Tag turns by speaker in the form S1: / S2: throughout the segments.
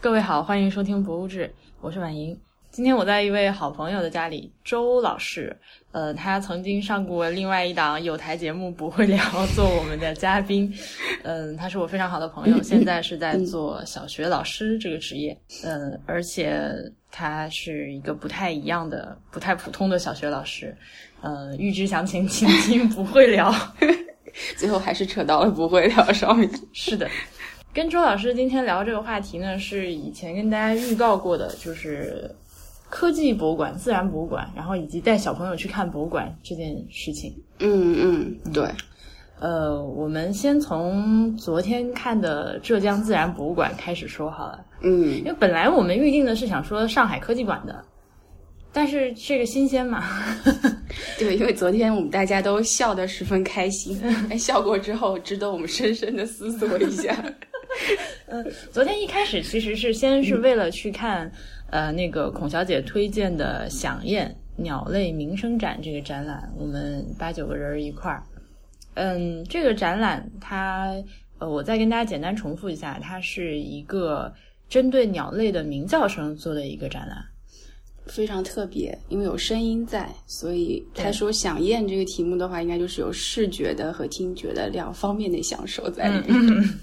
S1: 各位好，欢迎收听《博物志》，我是婉莹。今天我在一位好朋友的家里，周老师，呃，他曾经上过另外一档有台节目《不会聊》，做我们的嘉宾。 嗯、他是我非常好的朋友，现在是在做小学老师这个职业。嗯，而且他是一个不太一样的、不太普通的小学老师。嗯，预知详情，请听《不会聊》。
S2: 最后还是扯到了不会聊上面。
S1: 是的，跟周老师今天聊这个话题呢，是以前跟大家预告过的，就是科技博物馆、自然博物馆，然后以及带小朋友去看博物馆这件事情。
S2: 嗯嗯，对，
S1: 呃，我们先从昨天看的浙江自然博物馆开始说好了，因
S2: 嗯
S1: 为本来我们预定的是想说上海科技馆的，但是这个新鲜嘛，
S2: 对，因为昨天我们大家都笑得十分开 心，哎笑过之后值得我们深深的思索一下。
S1: 昨天一开始其实是先是为了去看，呃，那个孔小姐推荐的《响燕鸟类鸣声展》这个展览，我们八九个人儿一块儿。嗯，这个展览它，呃，我再跟大家简单重复一下，它是一个针对鸟类的鸣叫声做的一个展览。
S2: 非常特别，因为有声音在，所以他
S1: 对
S2: 说“响宴”这个题目的话，应该就是有视觉的和听觉的两方面的享受在里面。嗯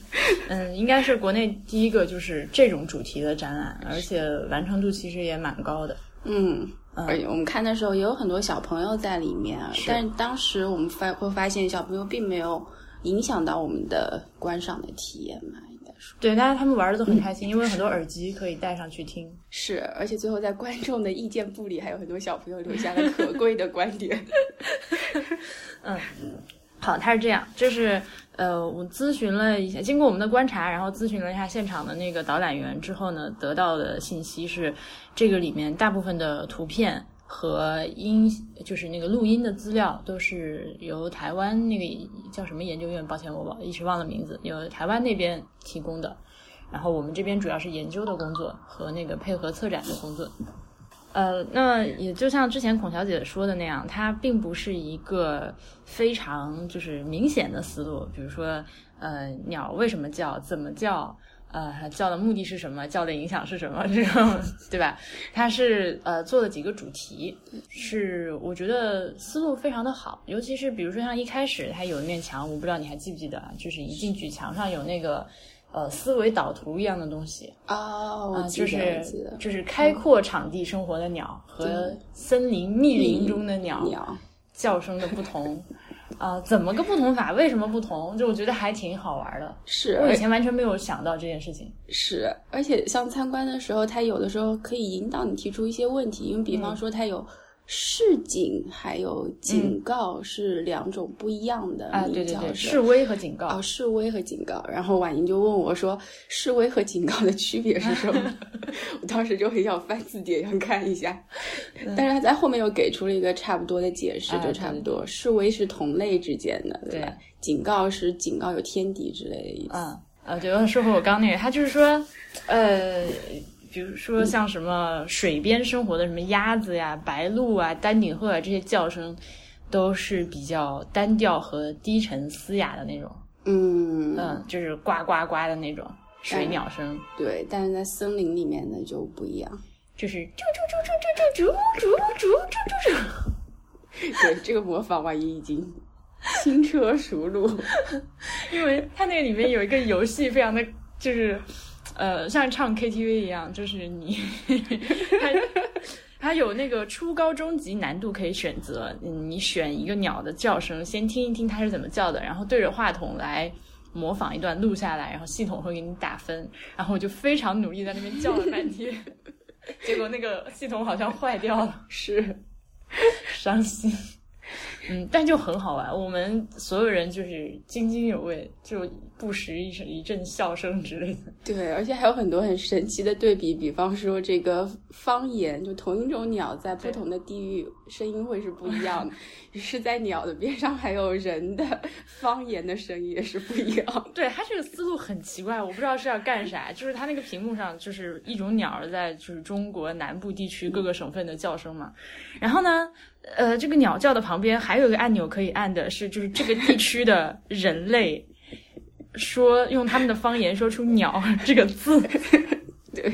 S1: 嗯，应该是国内第一个就是这种主题的展览，而且完成度其实也蛮高的。
S2: 嗯，
S1: 嗯
S2: 而且我们看的时候也有很多小朋友在里面啊，但是当时我们发会发现小朋友并没有影响到我们的观赏的体验嘛，应该说
S1: 对，大家他们玩的都很开心，因为很多耳机可以戴上去听。
S2: 是，而且最后在观众的意见簿里，还有很多小朋友留下了可贵的观点。
S1: 好，他是这样，就是呃，我咨询了一下，经过我们的观察，然后咨询了一下现场的那个导览员之后呢，得到的信息是，这个里面大部分的图片和音，就是那个录音的资料，都是由台湾那个叫什么研究院，抱歉，我忘一时忘了名字，由台湾那边提供的。然后我们这边主要是研究的工作和那个配合策展的工作。呃，那也就像之前孔小姐说的那样，它并不是一个非常就是明显的思路，比如说，呃，鸟为什么叫，怎么叫，呃，它叫的目的是什么，叫的影响是什么，这种对吧？它是呃做了几个主题，是我觉得思路非常的好，尤其是比如说像一开始它有一面墙，我不知道你还记不记得，啊，就是一进去墙上有那个呃思维导图一样的东西，
S2: 哦，我
S1: 啊，
S2: 记
S1: 就
S2: 得，我
S1: 是
S2: 记得，嗯
S1: 就是开阔场地生活的鸟和
S2: 对
S1: 森林密林中的鸟
S2: 鸟，
S1: 叫声的不同，啊、怎么个不同法？为什么不同？就我觉得还挺好玩的。
S2: 是，
S1: 我
S2: 而
S1: 以前完全没有想到这件事情。
S2: 是，而且像参观的时候，它有的时候可以引导你提出一些问题，因为比方说它有示警还有警告是两种不一样嗯的
S1: 啊，对
S2: 鸣
S1: 对
S2: 叫
S1: 对，示
S2: 声。
S1: 威和警告。
S2: 哦，示威和警告。然后婉莹就问我说：“示威和警告的区别是什么？” 我当时就很想翻字典上看一下，但是他在后面又给出了一个差不多的解释，
S1: 哎
S2: 就差不多。示威是同类之间的，对啊吧？
S1: 对
S2: 警告是警告有天敌之类的意思。
S1: 嗯，呃，对，我说回我刚那个，他就是说，呃，比如说像什么水边生活的什么鸭子呀、白鹭啊、丹顶鹤啊这些叫声，都是比较单调和低沉嘶哑的那种，
S2: 嗯
S1: 嗯，就是呱呱呱的那种水鸟声，
S2: 对，但是在森林里面呢就不一样。
S1: 就是啾啾啾啾啾啾啾啾啾啾啾啾。
S2: 对，这个模仿万一已经轻车熟路。
S1: 因为它那个里面有一个游戏，非常的就是，呃，像唱 KTV 一样，就是你它它有那个初高中级难度可以选择，嗯你选一个鸟的叫声，先听一听它是怎么叫的，然后对着话筒来。模仿一段录下来，然后系统会给你打分。然后我就非常努力在那边叫了半天， 结果那个系统好像坏掉了。
S2: 是，
S1: 伤心。 嗯，但就很好玩，我们所有人就是津津有味，就不时一声一阵笑声之类的。
S2: 对，而且还有很多很神奇的对比，比方说这个方言，就同一种鸟在不
S1: 对
S2: 同的地域声音会是不一 样的，于是，在鸟的边上还有人的方言的声音也是不一样的。
S1: 对他这个思路很奇怪，我不知道是要干啥。就是他那个屏幕上就是一种鸟儿在就是中国南部地区各个省份的叫声嘛，然后呢，呃，这个鸟叫的旁边还有一个按钮可以按的是就是这个地区的人类。说用他们的方言说出“鸟”这个字，
S2: 对，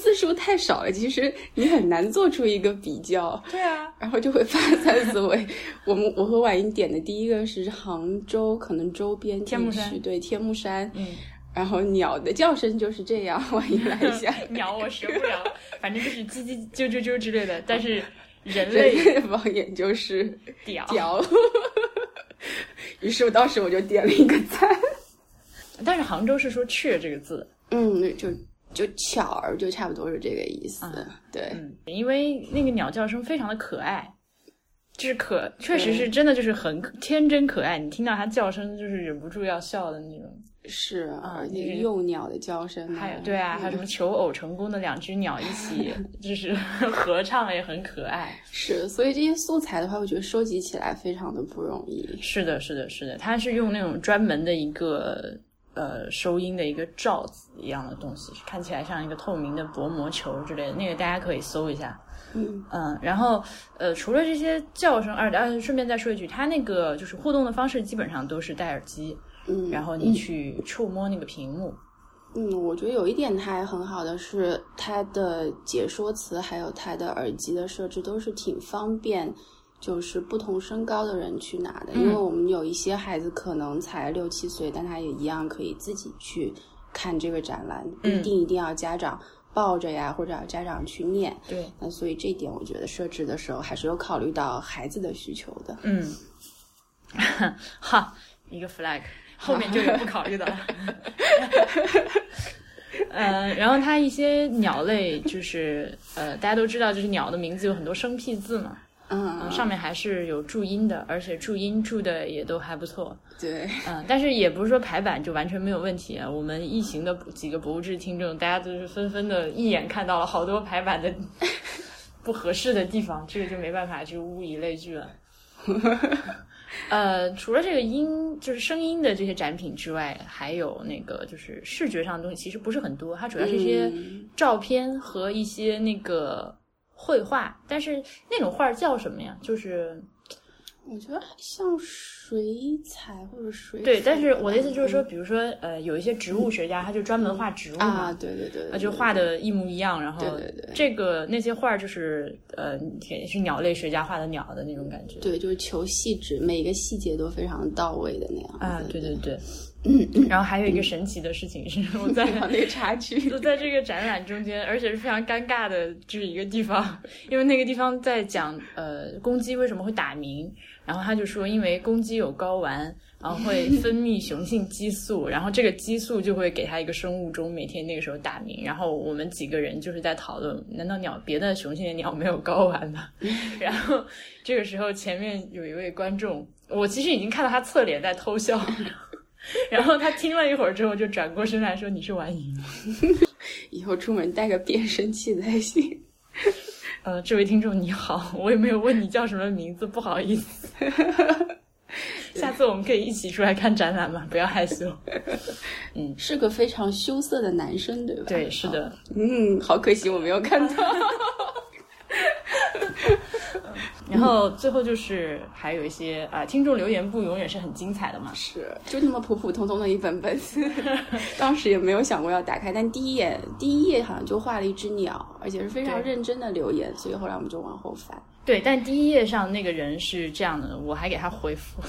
S2: 字数太少了，其实你很难做出一个比较。
S1: 对啊，
S2: 然后就会发散思维。我们 我和婉莹点的第一个是杭州，可能周边地
S1: 天目
S2: 区
S1: 山
S2: 对天目山，
S1: 嗯，
S2: 然后鸟的叫声就是这样。 婉莹来一下，
S1: 鸟我学不了，反正就是叽叽啾啾啾之类的，但是 人
S2: 人
S1: 类
S2: 类的方言就是
S1: 屌。
S2: 屌。 于是我当时我就点了一个赞，
S1: 但是杭州是说“雀”这个字，
S2: 嗯，就就巧儿，就差不多是这个意思。
S1: 啊
S2: 对，
S1: 嗯，因为那个鸟叫声非常的可爱，就是可，确实是真的就是很天真可爱，你听到它叫声就是忍不住要笑的那种。
S2: 是啊，
S1: 啊
S2: 那
S1: 就
S2: 个
S1: 是
S2: 幼鸟的叫声、啊，
S1: 还有对啊，还有什么求偶成功的两只鸟一起就是 合唱也很可爱。
S2: 是，所以这些素材的话，我觉得收集起来非常的不容易。
S1: 是的，是的，是的，它是用那种专门的一个呃收音的一个罩子一样的东西，看起来像一个透明的薄膜球之类的，那个大家可以搜一下。
S2: 嗯
S1: 嗯，然后呃，除了这些叫声，而而顺便再说一句，它那个就是互动的方式基本上都是戴耳机，
S2: 嗯，
S1: 然后你去触摸那个屏幕。
S2: 嗯，我觉得有一点它还很好的是，它的解说词还有它的耳机的设置都是挺方便，就是不同身高的人去拿的。因
S1: 嗯
S2: 为我们有一些孩子可能才六七岁，但他也一样可以自己去看这个展览，不一
S1: 嗯
S2: 定一定要家长抱着呀，或者要家长去念。
S1: 对，
S2: 那所以这一点，我觉得设置的时候还是有考虑到孩子的需求的。
S1: 嗯， 哈，一个 flag，后面就有不考虑的了。 呃，然后它一些鸟类就是呃，大家都知道，就是鸟的名字有很多生僻字嘛，
S2: 嗯
S1: 呃，上面还是有注音的，而且注音注的也都还不错。
S2: 对，
S1: 嗯，但是也不是说排版就完全没有问题啊。我们一行的几个博物志听众，大家都是纷纷的一眼看到了好多排版的 不合适的地方，这个就没办法，就物以类聚了。呃，除了这个音，就是声音的这些展品之外，还有那个就是视觉上的东西，其实不是很多，它主要是一些
S2: 嗯
S1: 照片和一些那个绘画，但是那种画叫什么呀？就是
S2: 我觉得像水彩或者水
S1: 对，
S2: 彩
S1: 但是我的意思就是说，
S2: 嗯
S1: 比如说，呃，有一些植物学家，他就专门画植物
S2: 啊，
S1: 嘛，
S2: 对对对，
S1: 啊，
S2: 对
S1: 就画的一模一样，然后
S2: 对对对
S1: 这个那些画儿就是呃，也是鸟类学家画的鸟的那种感觉。
S2: 对，就是求细致，每一个细节都非常到位的那样
S1: 啊，
S2: 子
S1: 对对对，
S2: 嗯
S1: 然后还有一个神奇的事情是，我在
S2: 非常那个差距
S1: 就在这个展览中间，而且是非常尴尬的，就是一个地方，因为那个地方在讲呃公鸡为什么会打鸣，然后他就说因为公鸡有睾丸，然后会分泌雄性激素，然后这个激素就会给它一个生物钟，每天那个时候打鸣。然后我们几个人就是在讨论，难道鸟别的雄性的鸟没有睾丸吗？ 然后这个时候前面有一位观众，我其实已经看到他侧脸在偷笑。 然后他听了一会儿之后，就转过身来说：“你是婉莹。”
S2: 以后出门带个变声器才行。
S1: 呃，这位听众你好，我也没有问你叫什么名字，不好意思。下次我们可以一起出来看展览嘛，不要害羞。
S2: 是个非常羞涩的男生，对吧？
S1: 对，是
S2: 好。
S1: 的，
S2: 嗯，好可惜我没有看到。
S1: 然后最后就是还有一些啊、听众留言簿永 远是很精彩的嘛。
S2: 是，就那么普普通通的一本本 子，当时也没有想过要打开，但第一页第一页好像就画了一只鸟，而且是非常
S1: 对
S2: 认真的留言，所以后来我们就往后翻。
S1: 对，但第一页上那个人是这样的，我还给他回复，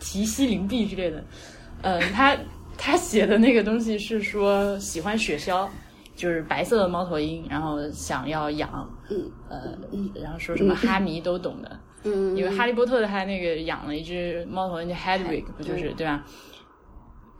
S1: 提西林壁之类的。嗯、他他写的那个东西是说喜欢雪鸮，就是白色的猫头鹰，然后想要养，
S2: 嗯
S1: 呃，然后说什么哈迷都懂的，
S2: 嗯，
S1: 因为哈利波特的他那个养了一只猫头鹰叫 Hedwig，不就是对吧？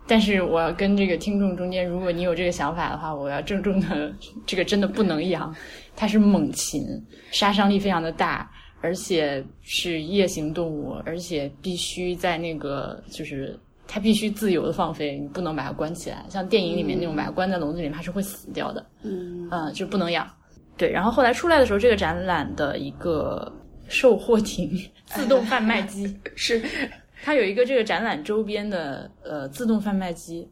S1: 但是我要跟这个听众中间，如果你有这个想法的话，我要郑重的，这个真的不能养，它是猛禽，杀伤力非常的大，而且是夜行动物，而且必须在那个就是它必须自由的放飞，你不能把它关起来，像电影里面那种把它关在笼子里面，它是会死掉的。
S2: 嗯
S1: 嗯，就不能养。对，然后后来出来的时候，这个展览的一个售货亭自动贩卖 机，
S2: 是
S1: 它有一个这个展览周边的呃自动贩卖机，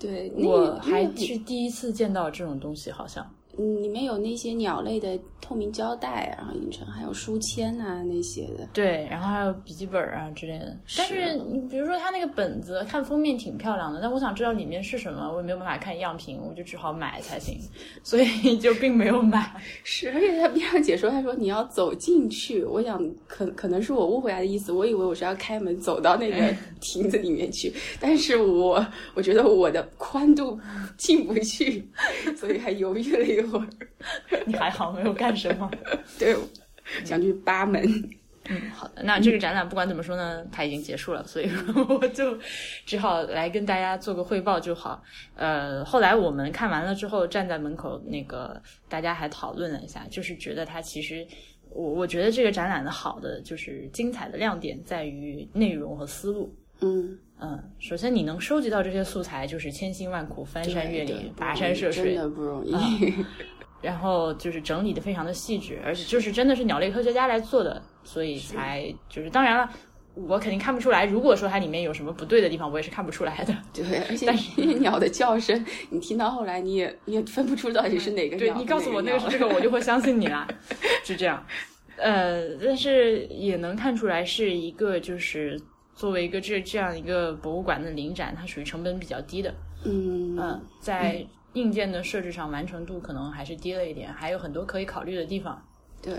S2: 对，那
S1: 我
S2: 个
S1: 还
S2: 那个
S1: 是第一次见到这种东西，好像。
S2: 嗯，里面有那些鸟类的透明胶带，然后印成，还有书签啊那些的。
S1: 对，然后还有笔记本啊之类的。但是你比如说它那个本子，看封面挺漂亮的，但我想知道里面是什么，我也没有办法看样品，我就只好买才行，所以就并没有买。
S2: 是，而且他边上解说，他说你要走进去，我想可可能是我误会他的意思，我以为我是要开门走到那 个亭子里面去，但是我我觉得我的宽度进不去，所以还犹豫了一会儿。
S1: 你还好没有干什么？
S2: 对，想去扒门。
S1: 嗯，好的。那这个展览不管怎么说呢，它已经结束了，所以我就只好来跟大家做个汇报就好。呃，后来我们看完了之后，站在门口那个大家还讨论了一下，就是觉得它其实。我我觉得这个展览的好的就是精彩的亮点在于内容和思路。
S2: 嗯
S1: 嗯，首先你能收集到这些素材，就是千辛万苦、翻山越
S2: 对
S1: 岭
S2: 对、
S1: 跋山涉水啊
S2: 真，的不容易。
S1: 然后就是整理的非常的细致，而且就是真的是鸟类科学家来做的，所以才就是当然了，我肯定看不出来。如果说它里面有什么不对的地方，我也是看不出来的。
S2: 对，而且那些 鸟的叫声，你听到后来你也你也分不出到底是哪个
S1: 嗯对
S2: 鸟。
S1: 你告诉我那
S2: 哪
S1: 个
S2: 鸟
S1: 是这个，我就会相信你啦， 是这样。呃，但是也能看出来是一个就是作为一个这这样一个博物馆的临展，它属于成本比较低的，
S2: 嗯
S1: 嗯，在硬件的设置上完成度可能还是低了一点，还有很多可以考虑的地方。
S2: 对，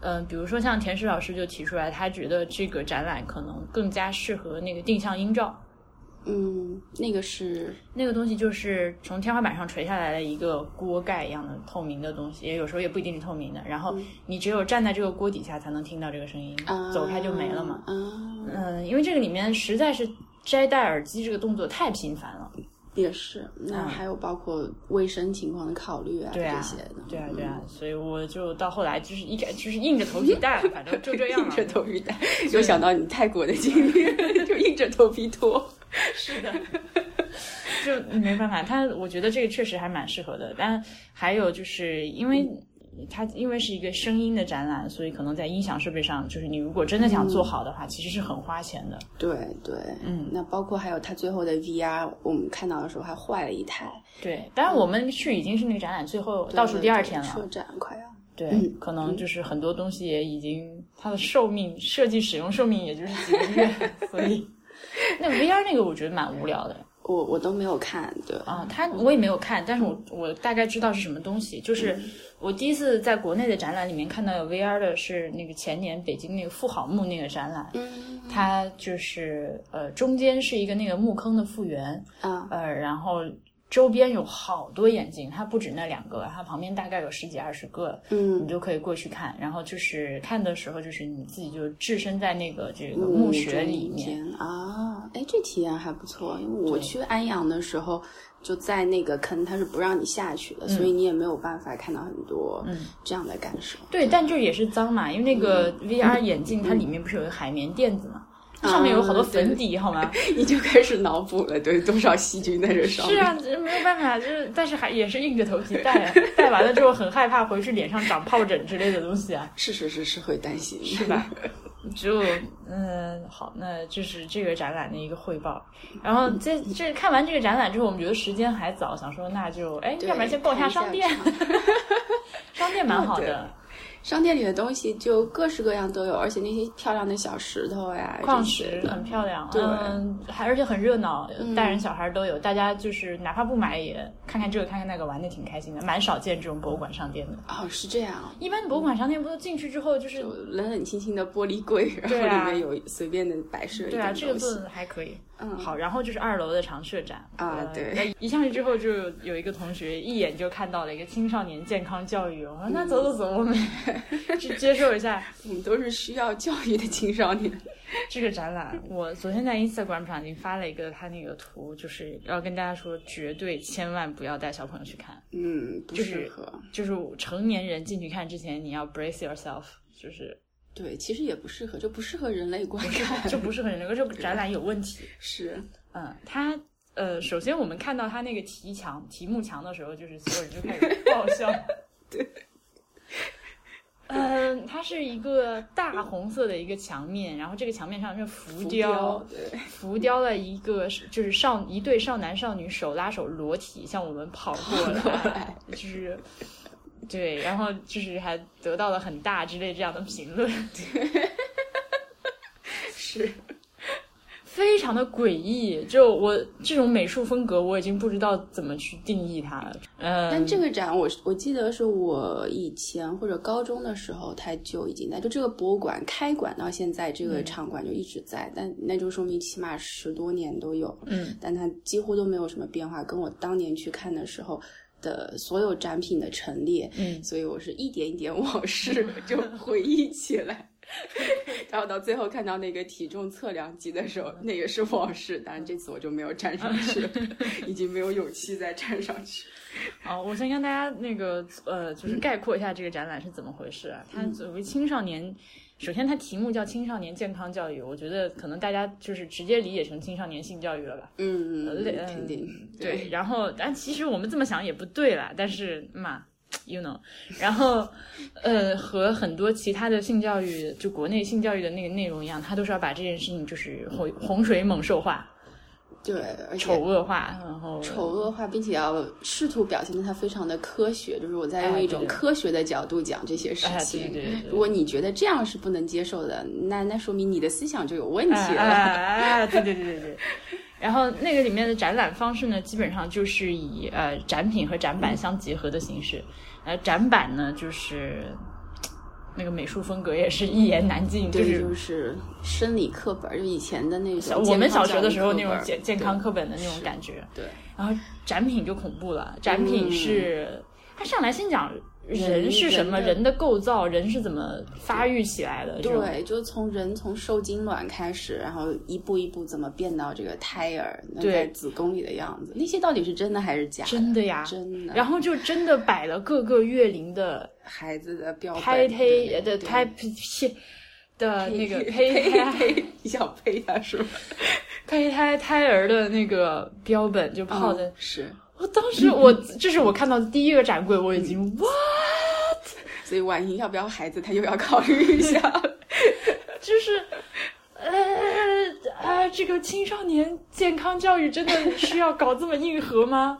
S1: 嗯、比如说像田石老师就提出来，他觉得这个展览可能更加适合那个定向音照，
S2: 嗯，那个是
S1: 那个东西就是从天花板上垂下来的一个锅盖一样的透明的东西，也有时候也不一定是透明的。然后你只有站在这个锅底下才能听到这个声音，
S2: 嗯啊，
S1: 走开就没了嘛。
S2: 啊，
S1: 嗯、因为这个里面实在是摘戴耳机这个动作太频繁了。
S2: 也是。那还有包括卫生情况的考虑啊，
S1: 嗯对啊
S2: 这些的。嗯
S1: 对啊，对啊，所以我就到后来就是一改就是硬着头皮戴了，反正就这样啊
S2: 硬
S1: 了。
S2: 着头 皮戴，又想到你泰国的经历， 就硬着头皮脱。
S1: 嗯是的，就没办法。他我觉得这个确实还蛮适合的，但还有就是因为它因为是一个声音的展览，所以可能在音响设备上，就是你如果真的想做好的话，其实是很花钱的。
S2: 对对，嗯，那包括还有它最后的 VR，我们看到的时候还坏了一台，
S1: 对，当然我们去已经是那个展览最后倒数第二天
S2: 呃车
S1: 了，
S2: 展快要。
S1: 对，可能就是很多东西也已经它的寿命设计使用寿命也就是几个月， 所以那 VR 那个我觉得蛮无聊的。
S2: 我我都没有看，对
S1: 啊，它我也没有看，但是我我大概知道是什么东
S2: 嗯
S1: 西。就是我第一次在国内的展览里面看到有 VR 的是那个前年北京那个富好墓那个展览，
S2: 嗯
S1: 它就是呃中间是一个那个墓坑的复原，
S2: 啊，
S1: 呃，然后周边有好多眼睛，它不止那两个，它旁边大概有十几二十个，
S2: 嗯
S1: 你就可以过去看。然后就是看的时候，就是你自己就置身在那个这个
S2: 嗯
S1: 墓穴里面，
S2: 啊，哎，这体验还不错。因为我去安阳的时候，就在那个坑，它是不让你下去
S1: 嗯
S2: 的，所以你也没有办法看到很多这样的感受。
S1: 对，但就也是脏嘛，因为那个 VR 眼镜它里面不是有个海绵垫子嘛，它上面有好多粉底，好吗？
S2: 你就开始脑补了，对，多少细菌在这上面。
S1: 是啊，这没有办法，就是但是还也是硬着头皮戴啊，戴完了之后很害怕回去脸上长疱疹之类的东西啊，
S2: 是是是是会担心，
S1: 是吧？就嗯、好，那就是这个展览的一个汇报。然后这这看完这个展览之后，我们觉得时间还早，想说那就哎，
S2: 对
S1: 要不然先逛一下商店，
S2: 看一下
S1: 商店蛮好的，
S2: 商店里的东西就各式各样都有，而且那些漂亮的小石头呀，
S1: 矿
S2: 这
S1: 石
S2: 些的
S1: 很漂亮，
S2: 对嗯
S1: 嗯，还而且很热闹，大人小孩都有，大家就是哪怕不买也看看这个看看那个，玩的挺开心的，蛮少见这种博物馆商店的。
S2: 哦，是这样，
S1: 一般的博物馆商店不都进去之后就是
S2: 就冷冷清清的玻璃柜，然后
S1: 对啊
S2: 里面有随便的摆设一
S1: 对啊，
S2: 点
S1: 这个
S2: 东
S1: 做
S2: 西。
S1: 的还可以。嗯，好，然后就是二楼的常设展
S2: 啊
S1: 呃
S2: 对
S1: 那一上去之后就有一个同学一眼就看到了一个青少年健康教育，我说那走走走，我们 去接受一下。
S2: 我们都是需要教育的青少年。
S1: 这个展览，我昨天在 Instagram 上已经发了一个他那个图，就是要跟大家说，绝对千万不要带小朋友去看，
S2: 嗯，不
S1: 就是
S2: 适合。
S1: 就是成年人进去看之前，你要 brace yourself，就是
S2: 对，其实也不适合，就不适合人类观看。
S1: 这不是很能够，这个展览有问题。
S2: 是，
S1: 嗯，他呃，首先我们看到他那个题墙、题目墙的时候，就是所有人就开始爆笑。
S2: 对。
S1: 嗯，它是一个大红色的一个墙面，然后这个墙面上是浮
S2: 浮
S1: 雕
S2: 雕，嗯对，
S1: 浮雕了一个就是少一对少男少女手拉手裸体向我们跑过来，就是对，然后就是还得到了很大之类这样的评论，
S2: 是
S1: 非常的诡异。就我这种美术风格，我已经不知道怎么去定义它了。呃，
S2: 但这个展我是我记得是我以前或者高中的时候，它就已经在，就这个博物馆开馆到现在，这个场馆就一直在，但那就说明起码十多年都有，
S1: 嗯，
S2: 但它几乎都没有什么变化，跟我当年去看的时候。的所有展品的陈列，
S1: 嗯
S2: 所以我是一点一 点往事就回忆起来， 然后到最后看到那个体重测量机的时候，那也是往事。当然这次我就没有站上 去，已经没有勇气再站上去。
S1: 好，我先跟大家那个呃，就是概括一下这个展览是怎么回事、啊。它作为青少年，首先它题目叫青少年健康教育，我觉得可能大家就是直接理解成青少年性教育了吧。
S2: 嗯，嗯
S1: 累
S2: 嗯肯定
S1: 对，然后但其实我们这么想也不对啦，但是嘛。You know，然后，呃，和很多其他的性教育，就国内性教育的那个内容一样，它都是要把这件事情就是洪洪水猛兽化、
S2: 对，而
S1: 丑
S2: 且
S1: 恶化，然后
S2: 丑恶化，并且要试图表现的它非常的科学，就是我在用
S1: 哎
S2: 一种
S1: 对对
S2: 科学的角度讲这些事
S1: 哎，
S2: 情。
S1: 对对对对
S2: 如，果你觉得这样是不能接受的，那那说明你的思想就有问题了。
S1: 哎哎，对对对对对。然后那个里面的展览方式呢，基本上就是以呃展品和展板相结合的形式。呃，展板呢就是嘖那个美术风格也是一言难尽，就
S2: 对，
S1: 是
S2: 就是生理课本儿，就以前的那种
S1: 小
S2: 健康
S1: 我们小学的时候那
S2: 教育
S1: 种
S2: 课本儿
S1: 健健康课本的那种感觉。
S2: 对，
S1: 然后展品就恐怖了，展品是它上来先讲人是什么，
S2: 嗯人的
S1: 人的构造，人是怎么发育起来的，这种
S2: 对，就是从人从受精卵开始，然后一步一步怎么变到这个胎儿，那
S1: 对
S2: 在子宫里的样子，那些到底是真的还是假的？
S1: 真的呀。
S2: 真的，
S1: 然后就真的摆了各个月龄的
S2: 孩子的标本
S1: 拍胚呃的
S2: 对对
S1: 拍呸的那个胚
S2: 胚
S1: 胎
S2: 胚，你想胚他 是吧？
S1: 胚胎胎儿的那个标本就泡在
S2: 嗯，是，
S1: 我当 时我这是我看到的第一个展柜，我已经哇，
S2: 所以婉莹要不要孩子，她又要考虑 一下。
S1: 就是呃啊，这个青少年健康教育真的是要搞这么硬核吗？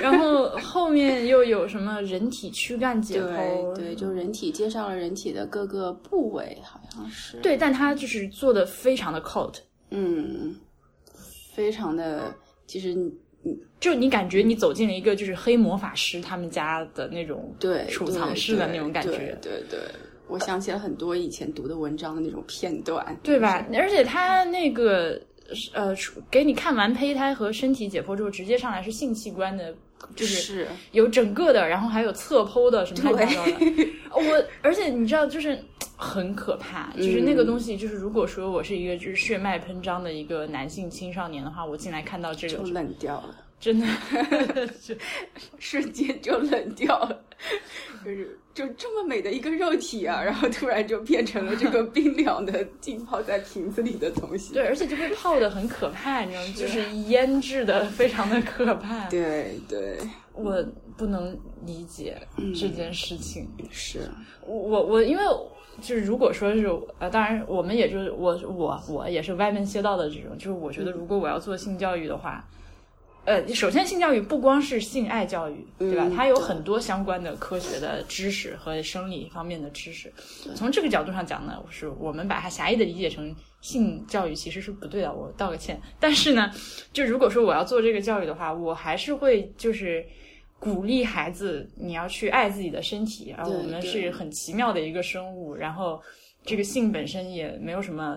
S1: 然后后面又有什么人体躯干解剖
S2: 对？对，
S1: 嗯
S2: 就人体介绍了人体的各个部位，好像是，
S1: 对，但他就是做的非常的 cult，
S2: 嗯，非常的，其实你
S1: 就你感觉你走进了一个就是黑魔法师他们家的那种
S2: 对
S1: 储
S2: 对
S1: 藏室的
S2: 对
S1: 那种感
S2: 对
S1: 觉
S2: 对对我想起了很多以前读的文章的那种片段，
S1: 对吧？而且他那个呃，给你看完胚胎和身体解剖之后，直接上来是性器官的，就
S2: 就是是
S1: 有整个的，然后还有侧剖的什么乱七八糟的
S2: 对。
S1: 我而且你知道，就是很可怕，就是那个东西，就是如果说我是一个就是血脉喷张的一个男性青少年的话，我进来看到这
S2: 就
S1: 个，
S2: 冷掉了，
S1: 真的
S2: 瞬间就冷掉了， 就是就这么美的一个肉体啊，然后突然就变成了 这个冰凉的浸泡在瓶子里的东西。
S1: 对，而且就被泡的很可怕，你知道吗？就是腌制的非常的可怕，
S2: 啊对对
S1: 我不能理解
S2: 嗯
S1: 这件事情。
S2: 是，
S1: 我我我因为就是如果说是呃，当然我们也就是我我我也是歪门邪道的这种，就是我觉得如果我要做性教育的话，呃，首先性教育不光是性爱教育，对吧？
S2: 嗯
S1: 它有
S2: 对
S1: 很多相关的科学的知识和生理方面的知识。从这个角度上讲呢，是我们把它狭义的理解成性教育其实是不对的，我道个歉。但是呢，就如果说我要做这个教育的话，我还是会就是。鼓励孩子，你要去爱自己的身体，而
S2: 对
S1: 我们
S2: 对
S1: 是很奇妙的一个生物。然后，这个性本身也没有什么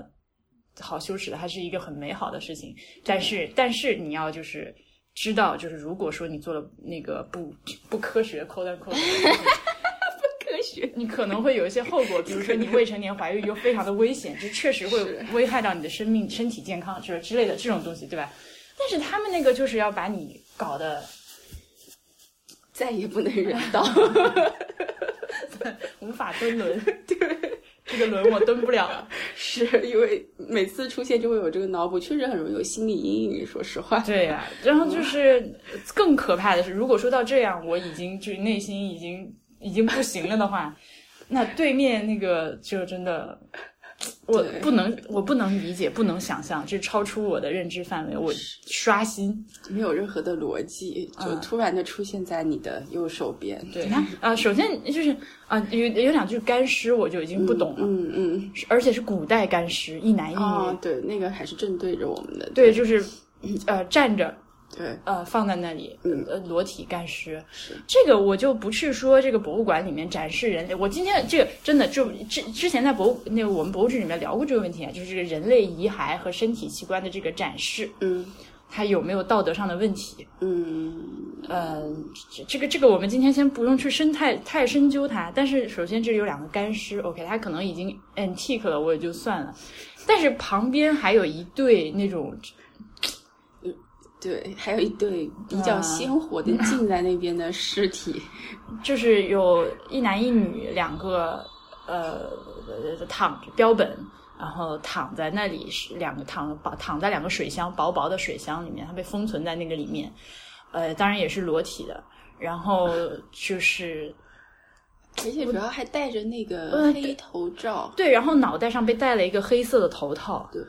S1: 好羞耻的，它是一个很美好的事情。但是，但是你要就是知道，就是如果说你做了那个不不科学 quote unquote，就是
S2: 科学
S1: 你可能会有一些后果，比如说你未成年怀孕又非常的危 险，这确实会危害到你的生命、身体健康之之类的这种东西，对吧？但是他们那个就是要把你搞得
S2: 再也不能忍到。
S1: 无法蹲 轮，对，这个轮我蹲不了了。
S2: 是因为每次出现就会有这个脑补，确实很容易有心理阴影。说实话，
S1: 对呀、然后就是更可怕的是，如果说到这样，我已经就是内 心已经已经不行了的话，那对面那个就真的我
S2: 对
S1: 不能，我不能理解，不能想象，这超出我的认知范围。我刷新，
S2: 没有任何的逻辑，就突然的出现在你的右手边。
S1: 嗯对，啊、首先就是啊、有有两句干尸我就已经不懂了，
S2: 嗯嗯，
S1: 是而且是古代干尸，一男一女，
S2: 哦，对，那个还是正对着我们的。
S1: 嗯对，就是呃站着，
S2: 对，
S1: 呃放在那里，
S2: 嗯
S1: 呃裸体干尸，这个我就不去说这个博物馆里面展示人类，我今天这个真的就之之前在博物那个我们博物志里面聊过这个问题啊，就是这个人类遗骸和身体器官的这个展示，
S2: 嗯
S1: 它有没有道德上的问题？
S2: 嗯
S1: 呃，这这个这个我们今天先不用去深太太深究它，但是首先这有两个干尸，OK，它可能已经 antique 了，我也就算了，但是旁边还有一对那种
S2: 对，还有一对比较鲜活的浸在那边的尸体。
S1: 嗯就是有呃一男一女两个呃躺着标本，然后躺在那里是两个躺把躺在两个水箱薄薄的水箱里面，它被封存在那个里面，呃，当然也是裸体的，然后就是
S2: 而且主要还戴着那个黑头罩，
S1: 呃对，然后脑袋上被戴了一个黑色的头套，
S2: 对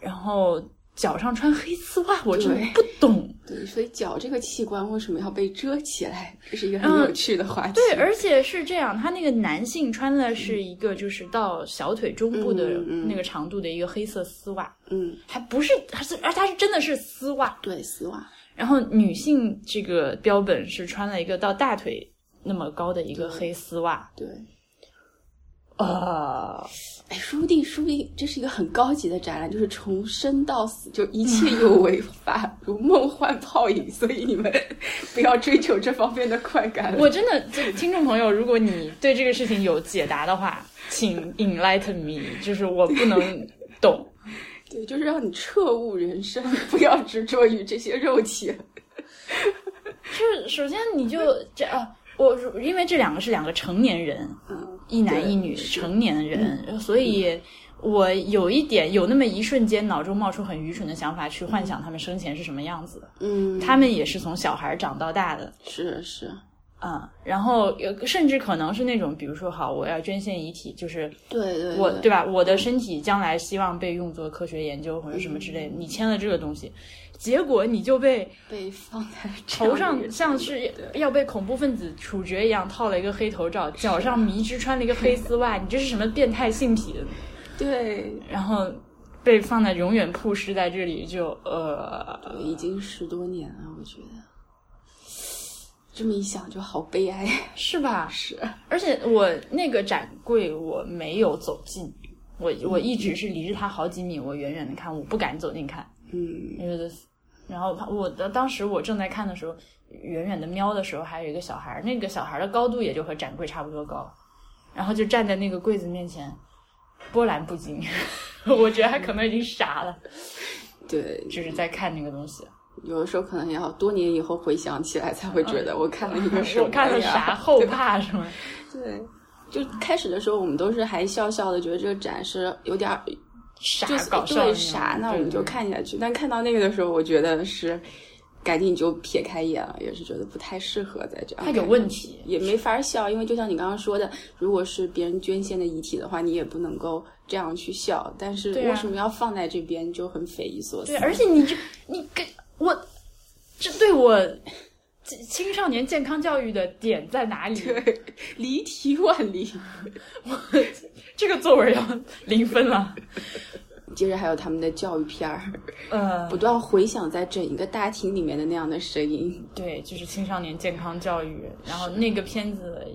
S1: 然后脚上穿黑丝袜，我真的不
S2: 对
S1: 懂。
S2: 对，所以脚这个器官为什么要被遮起来，这是一个很有趣的话题。
S1: 嗯对，而且是这样，他那个男性穿的是一个就是到小腿中部的
S2: 嗯嗯
S1: 那个长度的一个黑色丝袜，
S2: 嗯，
S1: 还不是，还是，而它是真的是丝袜。
S2: 对，丝袜，
S1: 然后女性这个标本是穿了一个到大腿那么高的一个黑丝袜，
S2: 对。
S1: 呃，
S2: 哎，说不定，说不定这是一个很高级的展览，就是从生到死，就一切 有为法，如梦幻泡影。所以你们 不要追求这方面的快感了。
S1: 我真的，这听众朋友，如果你对这个事情有解答的 话，请 enlighten me，就是我不能懂。
S2: 对，就是让你彻悟人生，不要执着于这些肉体。
S1: 就是首先你就这啊，我因为这两个是两个成年人，
S2: 嗯，
S1: 一男一女
S2: 对是
S1: 成年人，所以我有一点有那么一瞬间脑中冒出很愚蠢的想法，去幻想他们生前是什么样子的。
S2: 嗯，
S1: 他们也是从小孩长到大的
S2: 是是，
S1: 啊、然后有甚至可能是那种，比如说好，我要捐献遗体，就是
S2: 对对
S1: 我对吧？我的身体将来希望被用作科学研究或者什么之类的，你签了这个东西，结果你就被
S2: 被放 在这样
S1: 头
S2: 的
S1: 上
S2: 人
S1: 像
S2: 生
S1: 是
S2: 对
S1: 要被恐怖分子处决一样套了一个黑头罩，脚上迷之穿了一个黑丝袜，你这是什么变态性癖？
S2: 对
S1: 然后被放在永远曝尸在这里就，呃，
S2: 已经十多年了，我觉得这么一想就好悲哀。
S1: 是吧？
S2: 是，
S1: 而且我那个展柜我没有走近，我我一直是离着它好几米，我远远的看，我不敢走近看，
S2: 嗯，
S1: 因为这然后我的当时我正在看的时候，远远的瞄的时候，还有一个小孩儿，那个小孩儿的高度也就和展柜差不多高，然后就站在那个柜子面前，波澜不惊， 我觉得他可能已经傻了，
S2: 对，
S1: 就是在看那个东西。
S2: 有的时候可能要多年以后回想起来才会觉得我看啊了一个什
S1: 嗯
S2: 么
S1: 我看了
S2: 呀
S1: 啥后怕什么？
S2: 对。就开始的时候，我们都是还笑笑的，觉得这个展是有点儿
S1: 傻
S2: 就是
S1: 搞笑
S2: 对
S1: 种
S2: 傻，那
S1: 对
S2: 我们就
S1: 对
S2: 看下去。但看到那个的时候，我觉得是赶紧就撇开眼了，也是觉得不太适合再这样。
S1: 它有问题，
S2: 也没法笑，因为就像你刚刚说的，如果是别人捐献的遗体的话，你也不能够这样去笑。但是
S1: 对啊
S2: 为什么要放在这边，就很匪夷所思。
S1: 对，而且你这你给我，这对我这青少年健康教育的点在哪里？
S2: 对， 离题万里。
S1: 这个作文要零分 了。
S2: 接着还有他们的教育片儿，
S1: 呃
S2: 不，断回响在整一个大厅里面的那样的声音。
S1: 对，就是青少年健康教育，然后那个片子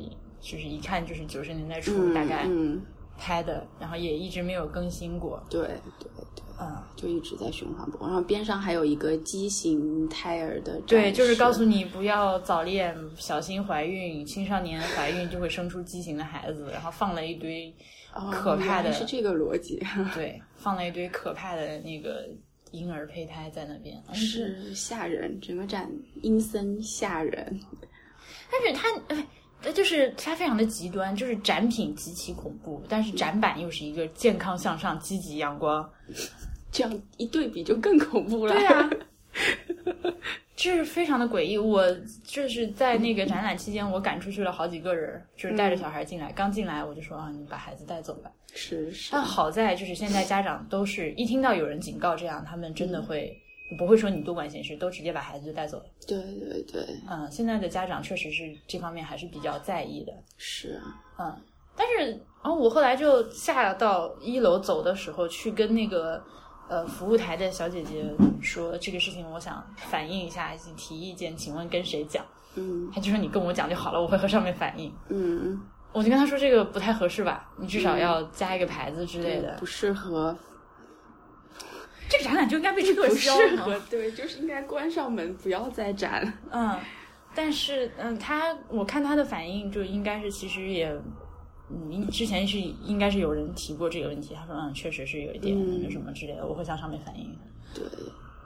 S1: 就是一看就是九十年代初
S2: 嗯
S1: 大概
S2: 嗯，
S1: 拍的，然后也一直没有更新过。
S2: 对对对，
S1: 嗯，
S2: 就一直在循环播。然后边上还有一个畸形胎儿的展示，
S1: 对，就是告诉你不要早恋，小心怀孕，青少年怀孕就会生出畸形的孩子，然后放了一堆
S2: 哦
S1: 可怕的
S2: 原来是这个逻 辑，
S1: 对，放了一堆可怕的那个婴儿胚胎在那边。嗯，
S2: 是吓人，整个展阴森吓人。
S1: 但是它，哎它就是它非常的极端，就是展品极其恐怖，但是展板又是一个健康向上、积极阳光。
S2: 这样一对比就更恐怖了。啊
S1: 对啊，这是非常的诡异。我就是在那个展览期间，我赶出去了好几个人，就是带
S2: 嗯
S1: 着小孩进来。刚进来我就说啊，你把孩子带走吧。
S2: 是是
S1: 但好在就是现在家长都是一听到有人警告这样，他们真
S2: 嗯
S1: 的会。不会说你多管闲事，都直接把孩子就带走了。
S2: 对对对，
S1: 嗯，现在的家长确实是这方面还是比较在意的。
S2: 是啊，
S1: 嗯，但是然后我后来就下到一楼走的时候，去跟那个呃服务台的小姐姐说这个事情，我想反映一下，提意见，请问跟谁讲？
S2: 嗯
S1: 她就说你跟我讲就好了，我会和上面反映。
S2: 嗯，
S1: 我就跟她说这个不太合适吧，你至少要加一个牌子之类的。
S2: 不适合，
S1: 这个展览就应该被撤
S2: 不
S1: 销，
S2: 适合，对，就是应该关上门，不要再展。
S1: 嗯，但是嗯，他我看他的反应就应该是，其实也，嗯，之前是应该是有人提过这个问题，他说嗯，确实是有一点
S2: 嗯
S1: 那个什么之类的，我会向上面反映。
S2: 对，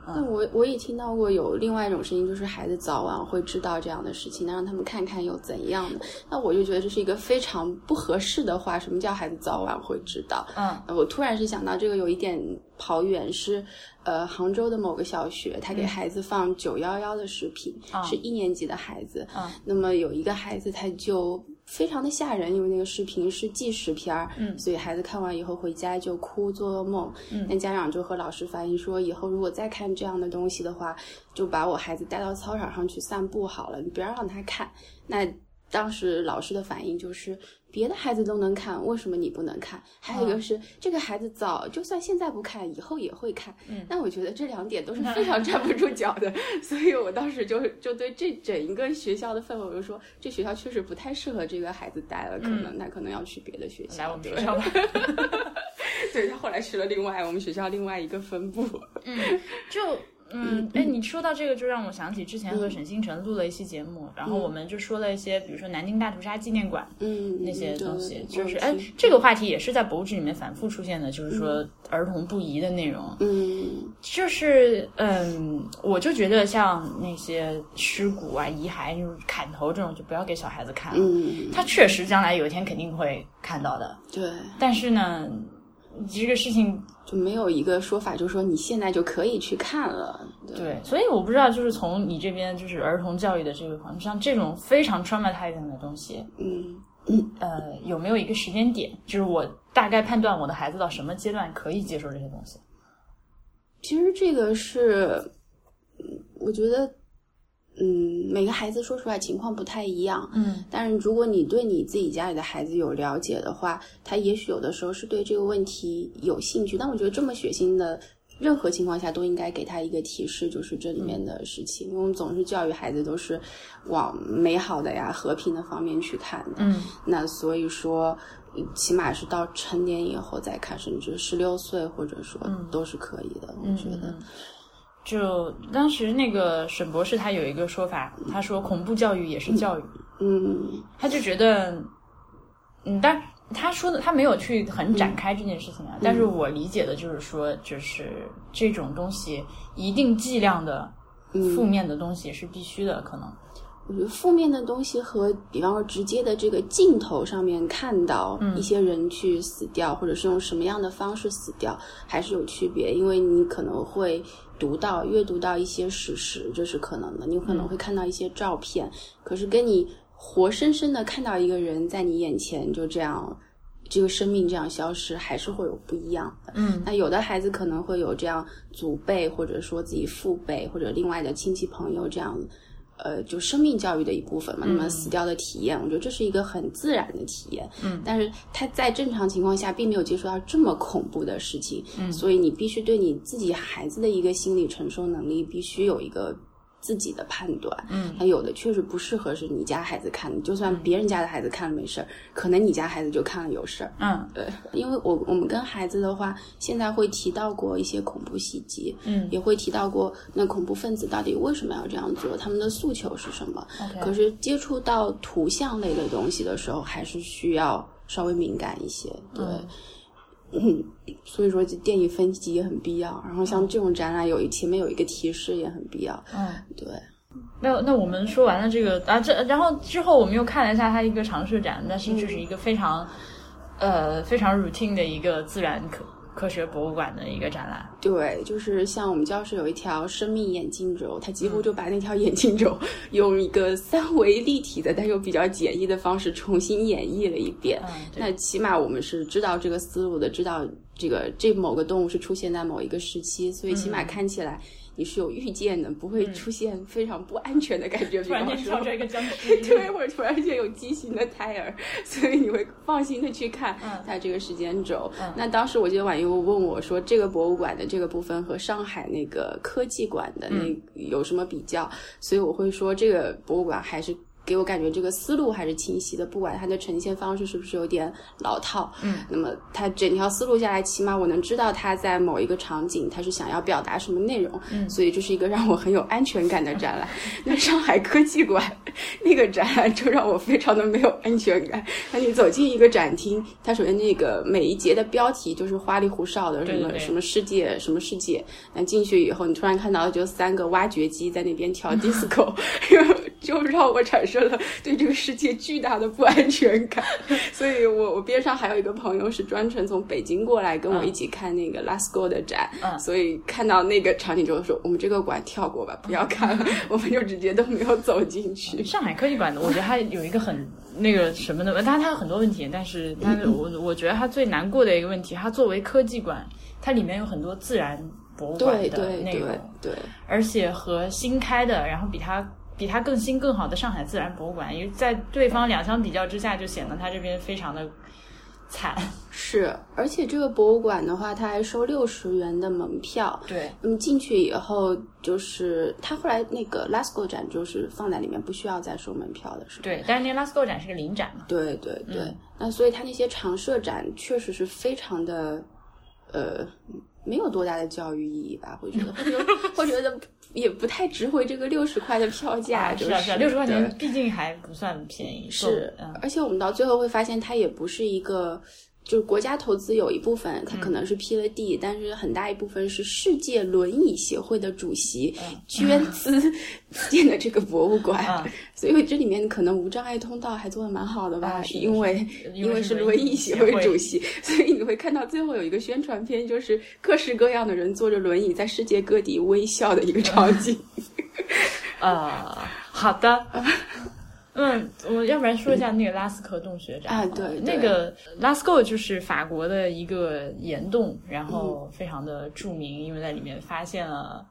S2: 但我我也听到过有另外一种声音，就是孩子早晚会知道这样的事情，那让他们看看又怎样的。那我就觉得这是一个非常不合适的话。什么叫孩子早晚会知道？
S1: 嗯
S2: 呃我突然是想到这个有一点跑远是，呃，杭州的某个小学，他给孩子放九幺幺的视频，
S1: 嗯啊
S2: 是一年级的孩子。
S1: 啊
S2: 那么有一个孩子他就非常的吓人，因为那个视频是纪实片儿，
S1: 嗯
S2: 所以孩子看完以后回家就哭做噩梦。
S1: 嗯
S2: 那家长就和老师反映说，以后如果再看这样的东西的话，就把我孩子带到操场上去散步好了，你不要让他看。那当时老师的反应就是，别的孩子都能看，为什么你不能看？还有一个
S1: 嗯
S2: 是，这个孩子早，就算现在不看，以后也会看。
S1: 嗯
S2: 那我觉得这两点都是 非常站不住脚的， 所以我当时就就对这整一个学校的氛围，我就说，这学校确实不太适合这个孩子待了，可能他可能要去别的学校。
S1: 嗯来我 们
S2: 对
S1: 学校吧。
S2: 对他后来去了另外我们学校另外一个分部。
S1: 就嗯，哎，你说到这个，就让我想起之前和沈星辰录了一期节目，然后我们就说了一些，比如说南京大屠杀纪念馆
S2: 嗯，
S1: 那些东西，就是哎
S2: 哎，，
S1: 这个话题也是在博物志里面反复出现的，就是说儿童不宜的内容。
S2: 嗯
S1: 就是嗯，我就觉得像那些尸骨啊、遗骸、就是砍头这种，就不要给小孩子看了。
S2: 嗯，
S1: 他确实将来有一天肯定会看到的，
S2: 对，
S1: 但是呢，这个事情
S2: 就没有一个说法，就说你现在就可以去看了。对
S1: 对，所以我不知道，就是从你这边就是儿童教育的这个方面，像这种非常 traumatizing 的东西，
S2: 嗯
S1: 呃，有没有一个时间点，就是我大概判断我的孩子到什么阶段可以接受这些东西？，
S2: 其实这个是，嗯我觉得，嗯，每个孩子说出来情况不太一样。
S1: 嗯
S2: 但是如果你对你自己家里的孩子有了解的话，他也许有的时候是对这个问题有兴趣。但我觉得这么血腥的，任何情况下都应该给他一个提示，就是这里面的事情。因为我们总是教育孩子都是往美好的呀、和平的方面去看的。
S1: 嗯
S2: 那所以说，嗯起码是到成年以后再看，甚至十六岁或者说都是可以的。我觉得，
S1: 就当时那个沈博士他有一个说法，他说恐怖教育也是教育。
S2: 嗯
S1: 他就觉得，嗯，但他说的他没有去很展开这件事情啊。但是我理解的就是说，就是这种东西一定剂量的负面的东西是必须的，可能
S2: 我觉得负面的东西和比方说直接的这个镜头上面看到一些人去死掉，或者是用什么样的方式死掉，还是有区别，因为你可能会。读到、阅读到一些史实，这是可能的。你可能会看到一些照片，可是跟你活生生的看到一个人在你眼前就这样，这个生命这样消失，还是会有不一样的。
S1: 嗯，
S2: 那有的孩子可能会有这样祖辈，或者说自己父辈，或者另外的亲戚朋友这样，呃，就生命教育的一部分嘛。那么死掉的体验，我觉得这是一个很自然的体验。嗯，但是他在正常情况下并没有接触到这么恐怖的事情，嗯，所以你必须对你自己孩子的一个心理承受能力必须有一个。自己的判断，嗯，那有的确实不适合是你家孩子看的，就算别人家的孩子看了没事儿，可能你家孩子就看了有事儿，
S1: 嗯
S2: 对，因为我我们跟孩子的话，现在会提到过一些恐怖袭击，
S1: 嗯
S2: 也会提到过那恐怖分子到底为什么要这样做，他们的诉求是什么。可
S1: ，OK，
S2: 是接触到图像类的东西的时候，还是需要稍微敏感一些，对。嗯
S1: 嗯
S2: 所以说这电影分级也很必要，然后像这种展览有一前面有一个提示也很必要，
S1: 嗯，
S2: 对，
S1: 那那我们说完了这个啊，这然后之后我们又看了一下他一个常设展，但是就是一个非常、呃非常 routine 的一个自然可科学博物馆的一个展览。
S2: 对，就是像我们教室有一条生命眼镜轴，它几
S1: 嗯
S2: 乎就把那条眼镜轴 用一个三维立体的，但又比较简易的方式重新演绎了一遍。
S1: 嗯，对
S2: 那起码我们是知道这个思路的，知道这个这某个动物是出现在某一个时期，所以起
S1: 嗯
S2: 码看起来你是有预见的，不会出现非常不安全的感觉。
S1: 突然间
S2: 比
S1: 跳
S2: 方
S1: 出
S2: 说
S1: 来一个僵尸，
S2: 对，或者突然间有畸形的胎儿， 所以你会放心的去看它这个时间轴。那当时我记得婉又问我说，这个博物馆的这个部分和上海那个科技馆的那有什么比较？所以我会说，这个博物馆还是。给我感觉这个思路还是清晰的，不管它的呈现方式是不是有点老套，嗯，那么它整条思路下来，起码我能知道它在某一个场景它是想要表达什么内容，嗯，所以这是一个让我很有安全感的展览。那上海科技馆那个展览就让我非常的没有安全感。那你走进一个展厅，它首先那个每一节的标题就是花里胡哨的，什
S1: 对
S2: 么
S1: 对对
S2: 什么世界什么世界。那进去以后，你突然看到的就三个挖掘机在那 边跳 disco，就让我产生了对这个世界巨大的不安全感。 所以我我边上还有一个朋友是专程从北京过来跟我一起看那个 Lasco 的展，
S1: 嗯
S2: 所以看到那个场景之后说，我们这个馆跳过吧，不要 看了，我们就直接都没有走进去。
S1: 上海科技馆的，我觉得它有一个很那个什么的，当然它有很多问题，但
S2: 嗯
S1: 是它我我觉得它最难过的一个问题，它作为科技馆，它里面有很多自然博物馆
S2: 对
S1: 的
S2: 对
S1: 内容
S2: 对，对，
S1: 而且和新开的，然后比它比它更新更好的上海自然博物馆，因为在对方两相比较之下，就显得它这边非常的惨。
S2: 是。而且这个博物馆的话，它还收六十元的门票。
S1: 对，
S2: 嗯，进去以后就是它后来那个 Lasco 展就是放在里面，不需要再收门票的是 吧？
S1: 对，但是那个 Lascaux 展是个临展嘛，
S2: 对对对，
S1: 嗯
S2: 那所以它那些常设展确实是非常的，呃，没有多大的教育意义吧？会觉得，会觉得，会觉得也不太值回这个六十块的票 价，
S1: 啊
S2: 就是
S1: 啊是啊，六十块
S2: 对
S1: 钱毕竟还不算便宜，
S2: 是
S1: 嗯，
S2: 而且我们到最后会发现，它也不是一个，就是国家投资有一部分，
S1: 嗯
S2: 它可能是批了地，但是很大一部分是世界轮椅协会的主席捐资 建的这个博物馆，
S1: 嗯
S2: 所以这里面可能无障碍通道还做的蛮好的吧，
S1: 啊是的
S2: 因为
S1: 因为
S2: 为
S1: 是
S2: 是
S1: 轮椅
S2: 椅
S1: 协
S2: 协会
S1: 会
S2: 主席， 所以你会看到最后有一个宣传片，就是各式各样的人坐着轮椅在世界各地微笑的一个场 景。
S1: 呃，好的。嗯，我要不然说一下那个拉斯科洞穴展
S2: 啊
S1: 好了
S2: 对
S1: 那
S2: 对
S1: 个拉斯科就是法国的一个岩洞，然后非常的著名，因为在里面发现了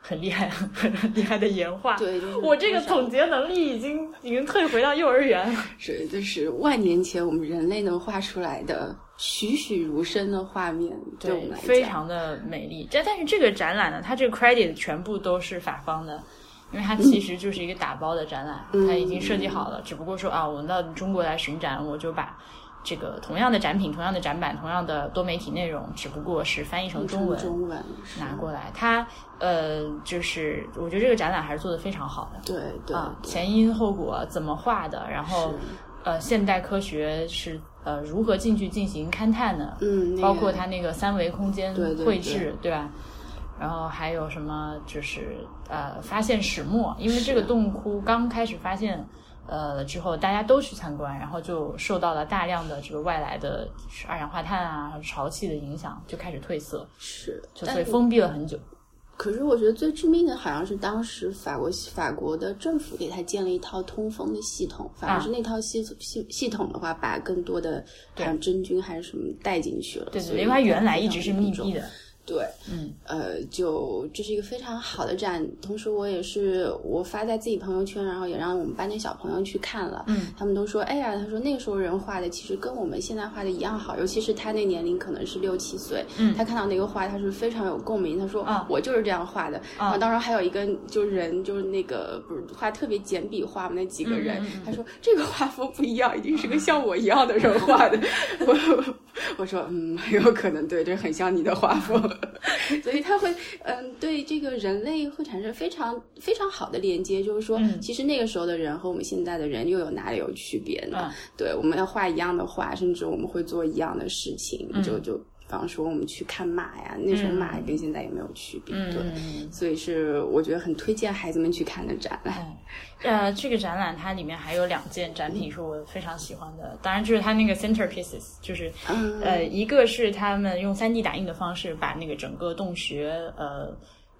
S1: 很厉害、 很厉害的岩画。
S2: 对就是
S1: 我这个
S2: 非常
S1: 总结能力已经已经退回到幼儿园了。
S2: 是，就是万年前我们人类能画出来的栩栩如生的画面，对我们来讲，
S1: 非常的美丽。但但是这个展览呢，它这个 credit 全部都是法方的，因为它其
S2: 嗯
S1: 实就是一个打包的展览，它已经设计好了，只不过说啊，我到中国来巡展，我就把。这个同样的展品、同样的展板、同样的多媒体内容，只不过是翻译成中文
S2: 中文是
S1: 拿过来。它呃，就是我觉得这个展览还是做的非常好的
S2: 对对
S1: 啊，前因后果怎么画的，然后
S2: 嗯是
S1: 呃，现代科学是呃如何进去进行勘探的，
S2: 嗯，那
S1: 包括
S2: 个
S1: 它那个三维空间
S2: 对对
S1: 绘制，吧？然后还有什么就是呃，发现始末，因为这个洞窟刚开始发现呃之后，大家都去参观，然后就受到了大量的这个外来的二氧化碳啊、潮气的影响，就开始褪色，
S2: 是，
S1: 就
S2: 但
S1: 所以封闭了很久。
S2: 可是我觉得最致命的好像是当时法国法国的政府给他建了一套通风的系统，反
S1: 啊
S2: 而是那套系系系统的话，把更多的好像真菌还是什么带进去了，
S1: 对
S2: 所
S1: 对，
S2: 以
S1: 因为它原来一直是
S2: 非常
S1: 密
S2: 严重
S1: 闭的，
S2: 对，
S1: 嗯，
S2: 呃，就这是一个非常好的展，同时我也是我发在自己朋友圈，然后也让我们班的小朋友去看了，
S1: 嗯，
S2: 他们都说，哎呀，他说那个时候人画的其实跟我们现在画的一样好，尤其是他那年龄可能是六七岁，
S1: 嗯
S2: 他看到那个画，他是非常有共鸣，他说、
S1: 啊
S2: 我就是这样画的，
S1: 啊
S2: 然后当时还有一个就是人就是那个不是画特别简笔画嘛那几个人，
S1: 嗯嗯嗯
S2: 他说这个画风不一样，一定是个像我一样的人画的，我 我说嗯，很有可能对，这很像你的画风。所以它会，嗯，对这个人类会产生非常非常好的连接，就是说，
S1: 嗯
S2: 其实那个时候的人和我们现在的人又有哪里有区别呢？
S1: 嗯
S2: 对，我们要画一样的画，甚至我们会做一样的事情，
S1: 嗯
S2: 就就方说我们去看马呀，那时候马跟现在也没有区别，
S1: 嗯
S2: 对，所以是我觉得很推荐孩子们去看的展览。
S1: 呃，这个展览它里面还有两件展品是我非常喜欢的，当然就是它那个 centerpieces，就是、
S2: 嗯
S1: 呃，一个是他们用 3D 打印的方式把那个整个洞穴呃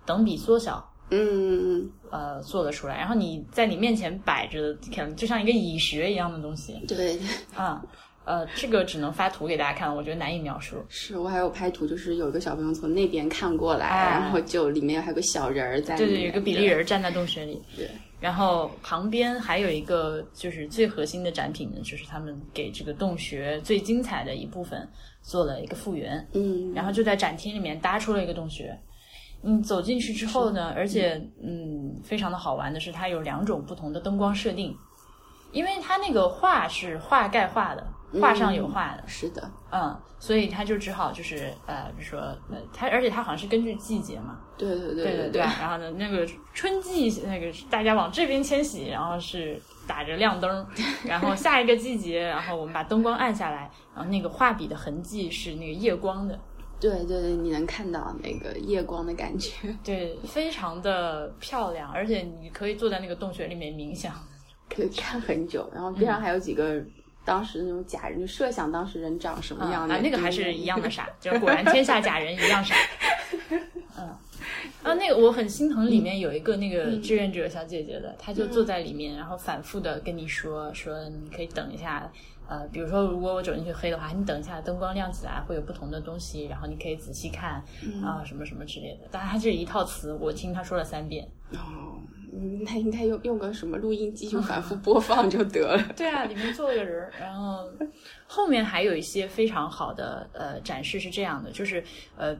S1: 等比缩小，
S2: 嗯，
S1: 呃做了出来，然后你在你面前摆着，可能就像一个蚁穴一样的东西
S2: 对，
S1: 啊。呃，这个只能发图给大家看，我觉得难以描述。
S2: 是我还有拍图，就是有一个小朋友从那边看过来，
S1: 哎
S2: 然后就里面还有个小人儿在里
S1: 对
S2: 面，
S1: 对，有一个比利人站在洞穴里，
S2: 对，对
S1: 然后旁边还有一个就是最核心的展品呢，就是他们给这个洞穴最精彩的一部分做了一个复原，
S2: 嗯，
S1: 然后就在展厅里面搭出了一个洞穴。嗯，走进去之后呢，而且嗯，非常的好玩的是，它有两种不同的灯光设定，因为它那个画是画盖画的，画上有画的，
S2: 是的，
S1: 嗯所以它就只好就是呃，比如说呃，它而且它好像是根据季节嘛，
S2: 对对对
S1: 对
S2: 对
S1: 对，然后呢，那个春季那个大家往这边迁徙，然后是打着亮 灯，然后下一个季节，然后我们把灯光按下来，然后那个画笔的痕迹是那个夜光的，
S2: 对对对，你能看到那个夜光的感觉，
S1: 对，非常的漂亮，而且你可以坐在那个洞穴里面冥想。
S2: 可以看很久。然后边上还有几个当时那种假人，就设想当时人长什么样的、
S1: 啊，那个还是一样的傻，就是果然天下假人一 样傻。嗯，啊，那个我很心疼，
S2: 嗯
S1: 里面有一个那个志愿者小姐姐的，她就坐在里面，然后反复的跟你说说，你可以等一下。呃，比如说，如果我走进去黑的话，你等一下，灯光亮起来会有不同的东西，然后你可以仔细看啊、
S2: 嗯
S1: 什么什么之类的。但是它这一套词，我听她说了三遍。
S2: 哦，嗯，他应该用用个什么录音机就反复播放就得 了。
S1: 对啊，里面坐了个人儿，然后后面还有一些非常好的呃展示是这样的，就是呃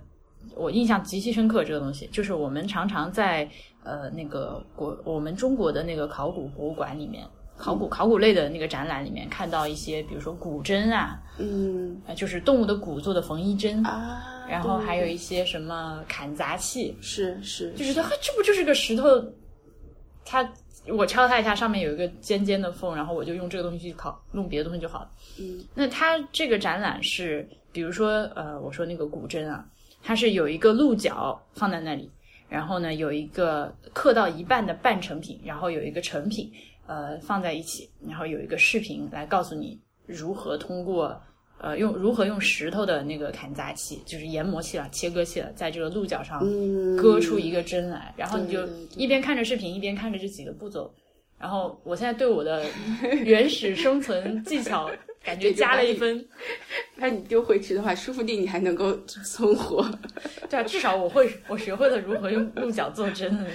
S1: 我印象极其深刻这个东西，就是我们常常在呃那个国我们中国的那个考古博物馆里面。考古考古类的那个展览里面看到一些，比如说骨针啊，
S2: 嗯
S1: 呃就是动物的骨做的缝衣针，
S2: 啊，
S1: 然后还有
S2: 对
S1: 一些什么砍砸器，
S2: 是是
S1: 就觉得呵这不就是个石头？它我敲它一下，上面有一个尖尖的缝，然后我就用这个东西去烤，弄别的东西就好了。
S2: 嗯，
S1: 那它这个展览是，比如说呃，我说那个古筝啊，它是有一个鹿角放在那里，然后呢有一个刻到一半的半成品，然后有一个成品呃放在一起，然后有一个视频来告诉你如何通过。呃，用如何用石头的那个砍砸器，就是研磨器了、切割器了，在这个鹿角上
S2: 嗯
S1: 割出一个针来，然后你就
S2: 对对对
S1: 一边看着视频，一边看着这几个步骤。然后我现在对我的原始生存技巧感觉加了一 分，
S2: 那你丢回去的话，说不定你还能够存活。
S1: 对啊，至少我会，我学会了如何用鹿角做针。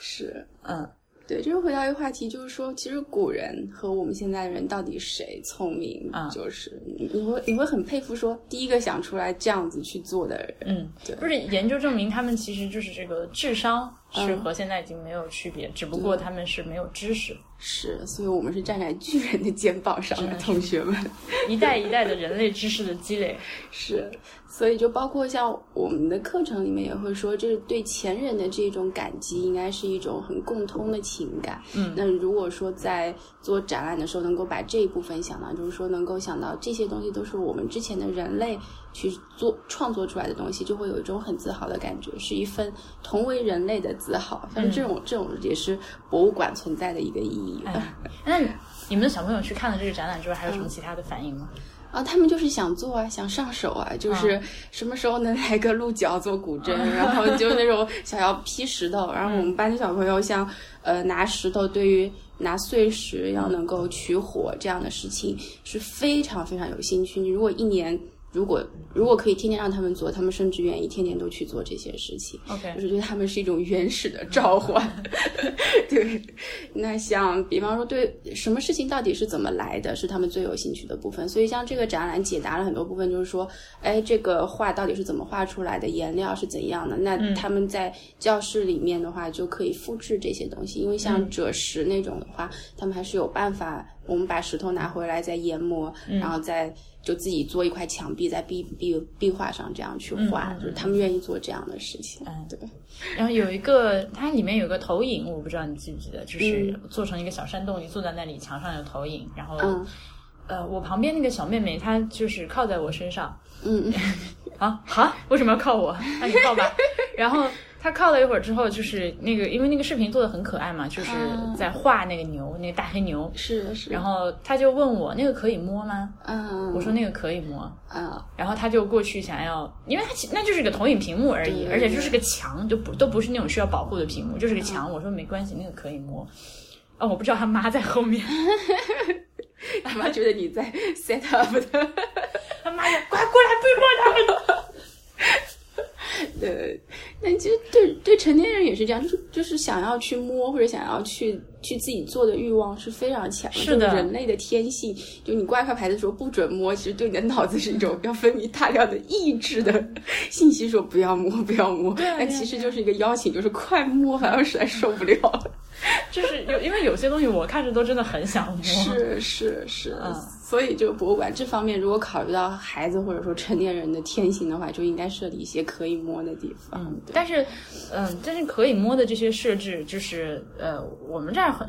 S2: 是，
S1: 嗯，
S2: 对，这又回到一个话题，就是说，其实古人和我们现在的人到底谁聪明？
S1: 啊
S2: 就是你你会你会很佩服说，第一个想出来这样子去做的人。
S1: 嗯，
S2: 对
S1: 不是研究证明他们其实就是这个智商是
S2: 嗯
S1: 和现在已经没有区别，只不过他们是没有知识。
S2: 是，所以我们是站在巨人的肩膀上的，同学们。
S1: 一代一代的人类知识的积累，
S2: 是，所以就包括像我们的课程里面也会说，就是对前人的这种感激，应该是一种很共通的情感。嗯，那如果说在做展览的时候，能够把这一部分想到，就是说能够想到这些东西都是我们之前的人类去做创作出来的东西，就会有一种很自豪的感觉，是一份同为人类的自豪。像这种、这种也是博物馆存在的一个意义。
S1: 哎，那你们的小朋友去看了这个展览之后，还有什
S2: 嗯
S1: 么其他的反应吗？
S2: 啊，他们就是想做啊，想上手啊，就是什么时候能来个鹿角做古筝，然后就是那种想要劈石头。然后我们班的小朋友像呃拿石头对于拿碎石要能够取火这样的事情是非常非常有兴趣。你如果一年如果如果可以天天让他们做，他们甚至愿意天天都去做这些事情。
S1: OK
S2: 就是对他们是一种原始的召唤。 对，那像比方说对什么事情到底是怎么来的，是他们最有兴趣的部分。所以像这个展览解答了很多部分，就是说，哎，这个画到底是怎么画出来的，颜料是怎样的。那他们在教室里面的话，就可以复制这些东西，因为像赭石那种的话，他们还是有办法。我们把石头拿回来再研磨，然后再就自己做一块墙壁，在壁壁壁画上这样去画，就是他们愿意做这样的事情。
S1: 嗯
S2: 对。
S1: 然后有一个，它里面有个投影，我不知道你记不记得，就是
S2: 嗯
S1: 做成一个小山洞，你坐在那里，墙上有投影，然后、
S2: 嗯
S1: 呃，我旁边那个小妹妹她就是靠在我身上，
S2: 嗯嗯
S1: 啊哈，为什么要靠我？那你靠 吧。然后他靠了一会儿之后，就是那个，因为那个视频做的很可爱嘛，就是
S2: 啊
S1: 在画那个牛，那个大黑牛。
S2: 是是，
S1: 然后他就问我那个可以摸吗？
S2: 嗯，
S1: 我说那个可以摸。
S2: 啊，
S1: 然后他就过去想要，因为他其那就是个投影屏幕而已，
S2: 对
S1: 而且就是个墙，就不都不是那种需要保护的屏幕，就是个墙。我说没关系，那个可以摸。哦，我不知道他妈在后面，
S2: 他妈觉得你在 set up 的，
S1: 他妈呀，快过来对摸他们！
S2: 对，那其实对对成年人也是这样，就是就是想要去摸或者想要去去自己做的欲望是非常强
S1: 是的
S2: 就是人类的天性，就你挂一块牌子说不准摸，其实对你的脑子是一种要分泌大量的抑 制的信息，说不要摸，不要摸，
S1: 对啊
S2: 但
S1: 对啊
S2: 其实就是一个邀请，就是快摸，反正实在受不了。
S1: 就是有，因为有些东西我看着都真的很想 摸。
S2: 是是是
S1: 嗯，
S2: 所以这个博物馆这方面，如果考虑到孩子或者说成年人的天性的话，就应该设立一些可以摸的地方。
S1: 嗯，
S2: 对
S1: 但是，嗯，但是可以摸的这些设置，就是呃，我们这儿很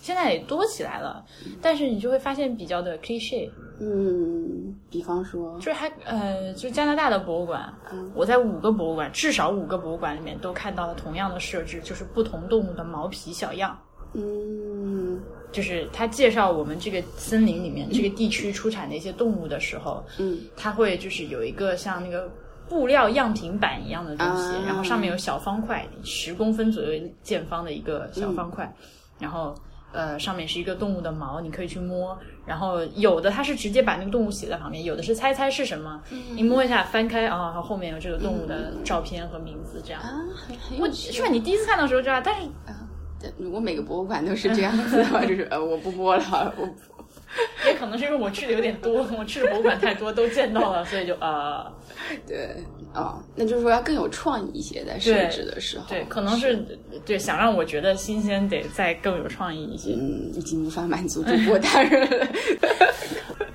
S1: 现在也多起来了，但是你就会发现比较的 cliche，
S2: 嗯，比方说
S1: 就是还呃，就是加拿大的博物馆，我在五个博物馆，至少五个博物馆里面都看到了同样的设置，就是不同动物的毛皮小样。
S2: 嗯，
S1: 就是他介绍我们这个森林里面、这个地区出产的一些动物的时候，
S2: 嗯，
S1: 他会就是有一个像那个布料样品板一样的东西，
S2: 啊
S1: 然后上面有小方块，十公分左右见方的一个小方块，
S2: 嗯
S1: 然后。呃，上面是一个动物的毛，你可以去摸。然后有的它是直接把那个动物写在旁边，有的是猜猜是什么，
S2: 嗯
S1: 你摸一下，翻开啊、然后后面有这个动物的照片和名字，这样。
S2: 啊，很很
S1: 我
S2: 有趣
S1: 是吧？你第一次看到的时候这样，但是
S2: 对我每个博物馆都是这样子的话，就是呃，我不摸了，我不
S1: 也可能是因为我去的有点多，我去的博物馆太多，都见到了，所以就呃，
S2: 对哦，那就是说要更有创意一些，在设
S1: 对
S2: 置的时候，
S1: 对，可能是对想让我觉得新鲜，得再更有创意一些。
S2: 嗯，已经无法满足中国大人了。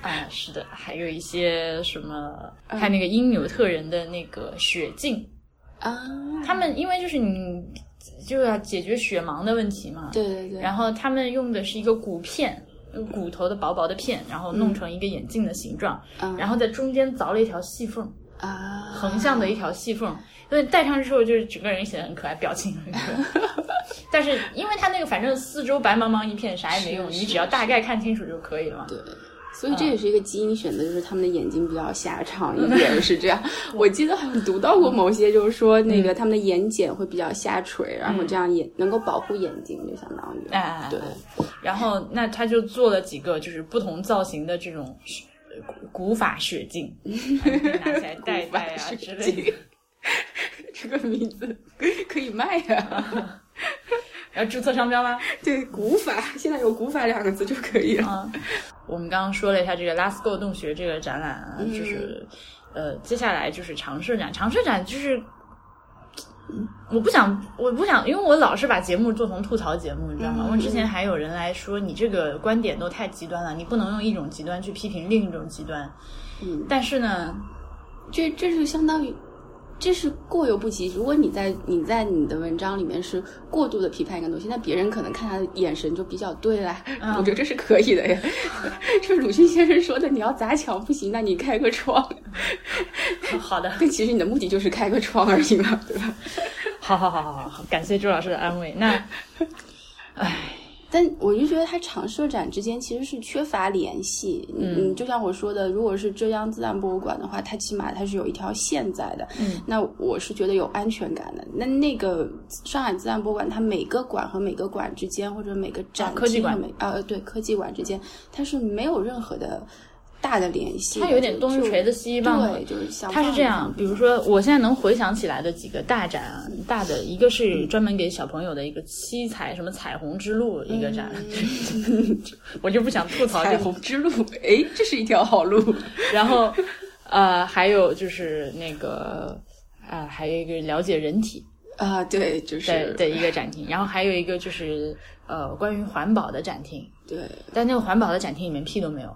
S1: 哎，是的，还有一些什么，还有那个因纽特人的那个雪镜，
S2: 啊，
S1: 他们因为就是你就要解决雪盲的问题嘛，
S2: 对对对，
S1: 然后他们用的是一个骨片，骨头的薄薄的片，然后弄成一个眼镜的形状，
S2: 嗯
S1: 然后在中间凿了一条细缝，
S2: 啊，
S1: 横向的一条细缝，所以戴上之后就是整个人显得很可爱，表情很可爱。 但是因为它那个反正四周白茫茫一片，啥也没用，
S2: 是
S1: 你只要大概看清楚就可以了嘛。
S2: 对，所以这也是一个基因选择，就是他们的眼睛比较狭长一点，是这样。我记得好像读到过某些，就是说那个他们的眼睑会比较下垂，然后这样眼能够保护眼睛，就相当于
S1: 哎哎哎
S2: 对，
S1: 然后那他就做了几个就是不同造型的这种呃古古法雪 镜，可以拿起来戴
S2: 古法
S1: 戴啊
S2: 雪
S1: 之类的。
S2: 这个名字可以卖呀、
S1: 要注册商标吗？
S2: 对，古法现在有古法两个字就可以了。
S1: 啊， 我们刚刚说了一下这个拉斯 s 洞穴这个展览啊，就是呃，接下来就是长设展，长设展就是。我不想，我不想，因为我老是把节目做成吐槽节目，你知道吗？
S2: 嗯
S1: 我之前还有人来说你这个观点都太极端了，你不能用一种极端去批评另一种极端。
S2: 嗯
S1: 但是呢，
S2: 这这是相当于。这是过犹不及。如果你在你在你的文章里面是过度的批判一个东西，那别人可能看他的眼神就比较对啦。我觉得这是可以的呀。 就鲁迅先生说的，你要砸墙不行，那你开个窗。
S1: 好的，
S2: 但其实你的目的就是开个窗而已嘛，对吧？
S1: 好好好好好好，感谢朱老师的安慰。 那
S2: 但我就觉得它常设展之间其实是缺乏联系。嗯，就像我说的，如果是浙江自然博物馆的话，它起码它是有一条线在的。
S1: 嗯，
S2: 那我是觉得有安全感的。那那个上海自然博物馆，它每个馆和每个馆之间，或者每个展
S1: 啊科技
S2: 厅和
S1: 馆
S2: 每啊、呃对科技馆之间，它是没有任何的大的联系的。
S1: 它有点东一
S2: 就
S1: 锤子西一棒嘛
S2: 对，就是想
S1: 它是
S2: 放
S1: 这
S2: 一
S1: 样
S2: 放，
S1: 比如说我现在能回想起来的几个大展啊，大的一个
S2: 嗯
S1: 是专门给小朋友的一个七彩什么彩虹之路一个展， 我就不想吐槽这
S2: 嗯彩
S1: 个。
S2: 虹之路，哎，这是一条好路。
S1: 然后，呃，还有就是那个。啊、还有一个了解人体
S2: 啊，对，就是
S1: 的的一个展厅，然后还有一个就是呃关于环保的展厅，
S2: 对，
S1: 但那个环保的展厅里面屁都没有，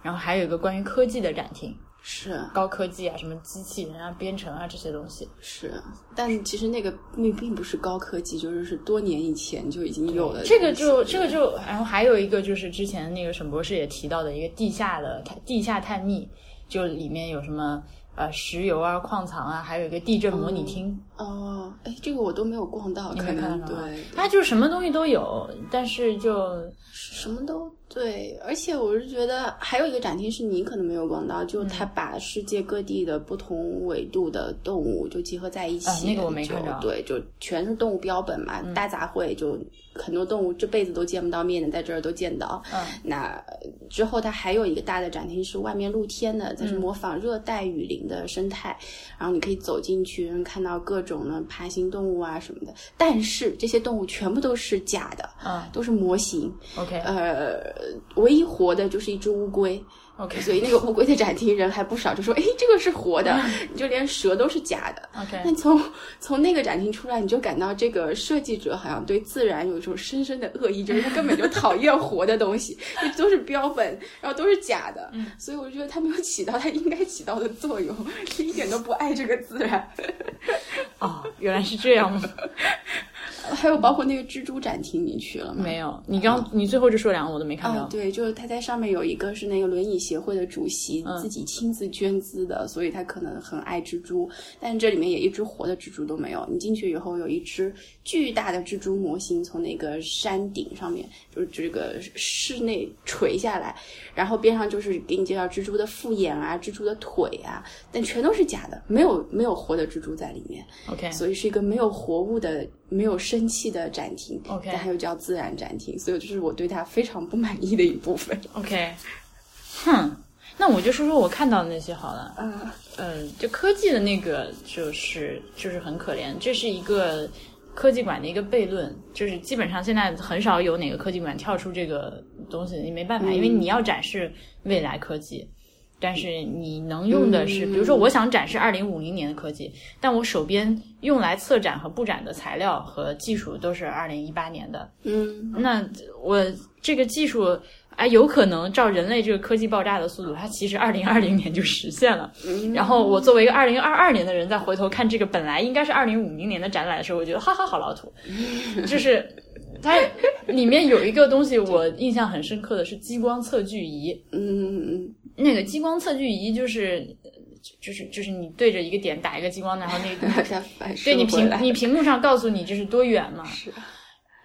S1: 然后还有一个关于科技的展厅，
S2: 是
S1: 高科技啊，什么机器人啊、编程啊这些东西，
S2: 是，但其实那个那并不是高科技，就是是多年以前就已经有的东西。
S1: 这个就这个就，然后还有一个就是之前那个沈博士也提到的一个地下的探地下探秘，就里面有什么呃石油啊、矿藏啊，还有一个地震模拟厅。
S2: 哦，哎，这个我都没有逛到，
S1: 你
S2: 可
S1: 没看
S2: 能
S1: 到啊吗
S2: 对，
S1: 它就是什么东西都有，但是就
S2: 什么都对，而且我是觉得还有一个展厅是你可能没有逛到，就是它把世界各地的不同纬度的动物就集合在一起，
S1: 啊那个我没看嗯
S2: 就
S1: 着
S2: 对，就全是动物标本嘛，大杂烩，就很多动物这辈子都见不到面的，在这儿都见到。
S1: 嗯，
S2: 那之后它还有一个大的展厅是外面露天的，它是模仿热带雨林的生态，然后你可以走进去，然后看到各种的爬行动物啊什么的，但是这些动物全部都是假的，
S1: 啊
S2: 都是模型。
S1: OK
S2: 呃，唯一活的就是一只乌龟，
S1: OK
S2: 所以那个乌龟的展厅人还不少，就说：“哎，这个是活的，你就连蛇都是假的。”但
S1: 嗯 OK，
S2: 从从那个展厅出来，你就感到这个设计者好像对自然有一种深深的恶意，就是他根本就讨厌活的东 西，就都是标本，然后都是假的。
S1: 嗯
S2: 所以我觉得他没有起到他应该起到的作用，他一点都不爱这个自然。
S1: 哦，原来是这样吗？
S2: 还有包括那个蜘蛛展厅，你去了吗？
S1: 没有，你刚你最后就说两个我都没看
S2: 啊
S1: 到，。
S2: 对，就是他在上面有一个是那个轮椅协会的主席、
S1: 嗯
S2: 自己亲自捐资的，所以他可能很爱蜘蛛，但是这里面也一只活的蜘蛛都没有。你进去以后，有一只巨大的蜘蛛模型从那个山顶上面，就是这个室内垂下来，然后边上就是给你介绍蜘蛛的复眼啊、蜘蛛的腿啊，但全都是假的，没有没有活的蜘蛛在里面，
S1: OK，
S2: 所以是一个没有活物的、没有生气的展厅。
S1: OK
S2: 但它又叫自然展厅，所以这是我对它非常不满意的一部分。
S1: OK，哼，那我就说说我看到的那些好了。
S2: 嗯
S1: 嗯，就科技的那个，就是就是很可怜，这是一个科技馆的一个悖论，就是基本上现在很少有哪个科技馆跳出这个东西，你没办法，因为你要展示未来科技。但是你能用的是，比如说，我想展示二零五零年的科技，但我手边用来策展和布展的材料和技术都是二零一八年的，
S2: 嗯
S1: 那我这个技术，哎，有可能照人类这个科技爆炸的速度，它其实二零二零年就实现了。然后我作为一个二零二二年的人，再回头看这个本来应该是二零五零年的展览的时候，我觉得哈哈，好老土。就是它里面有一个东西，我印象很深刻的是激光测距仪。
S2: 嗯嗯
S1: 那个激光测距仪就是就是就是你对着一个点打一个激光，然后那
S2: 嗯，
S1: 个
S2: 它反射
S1: 对你
S2: 回
S1: 屏
S2: 来
S1: 你屏幕上告诉你这是多远嘛？
S2: 是啊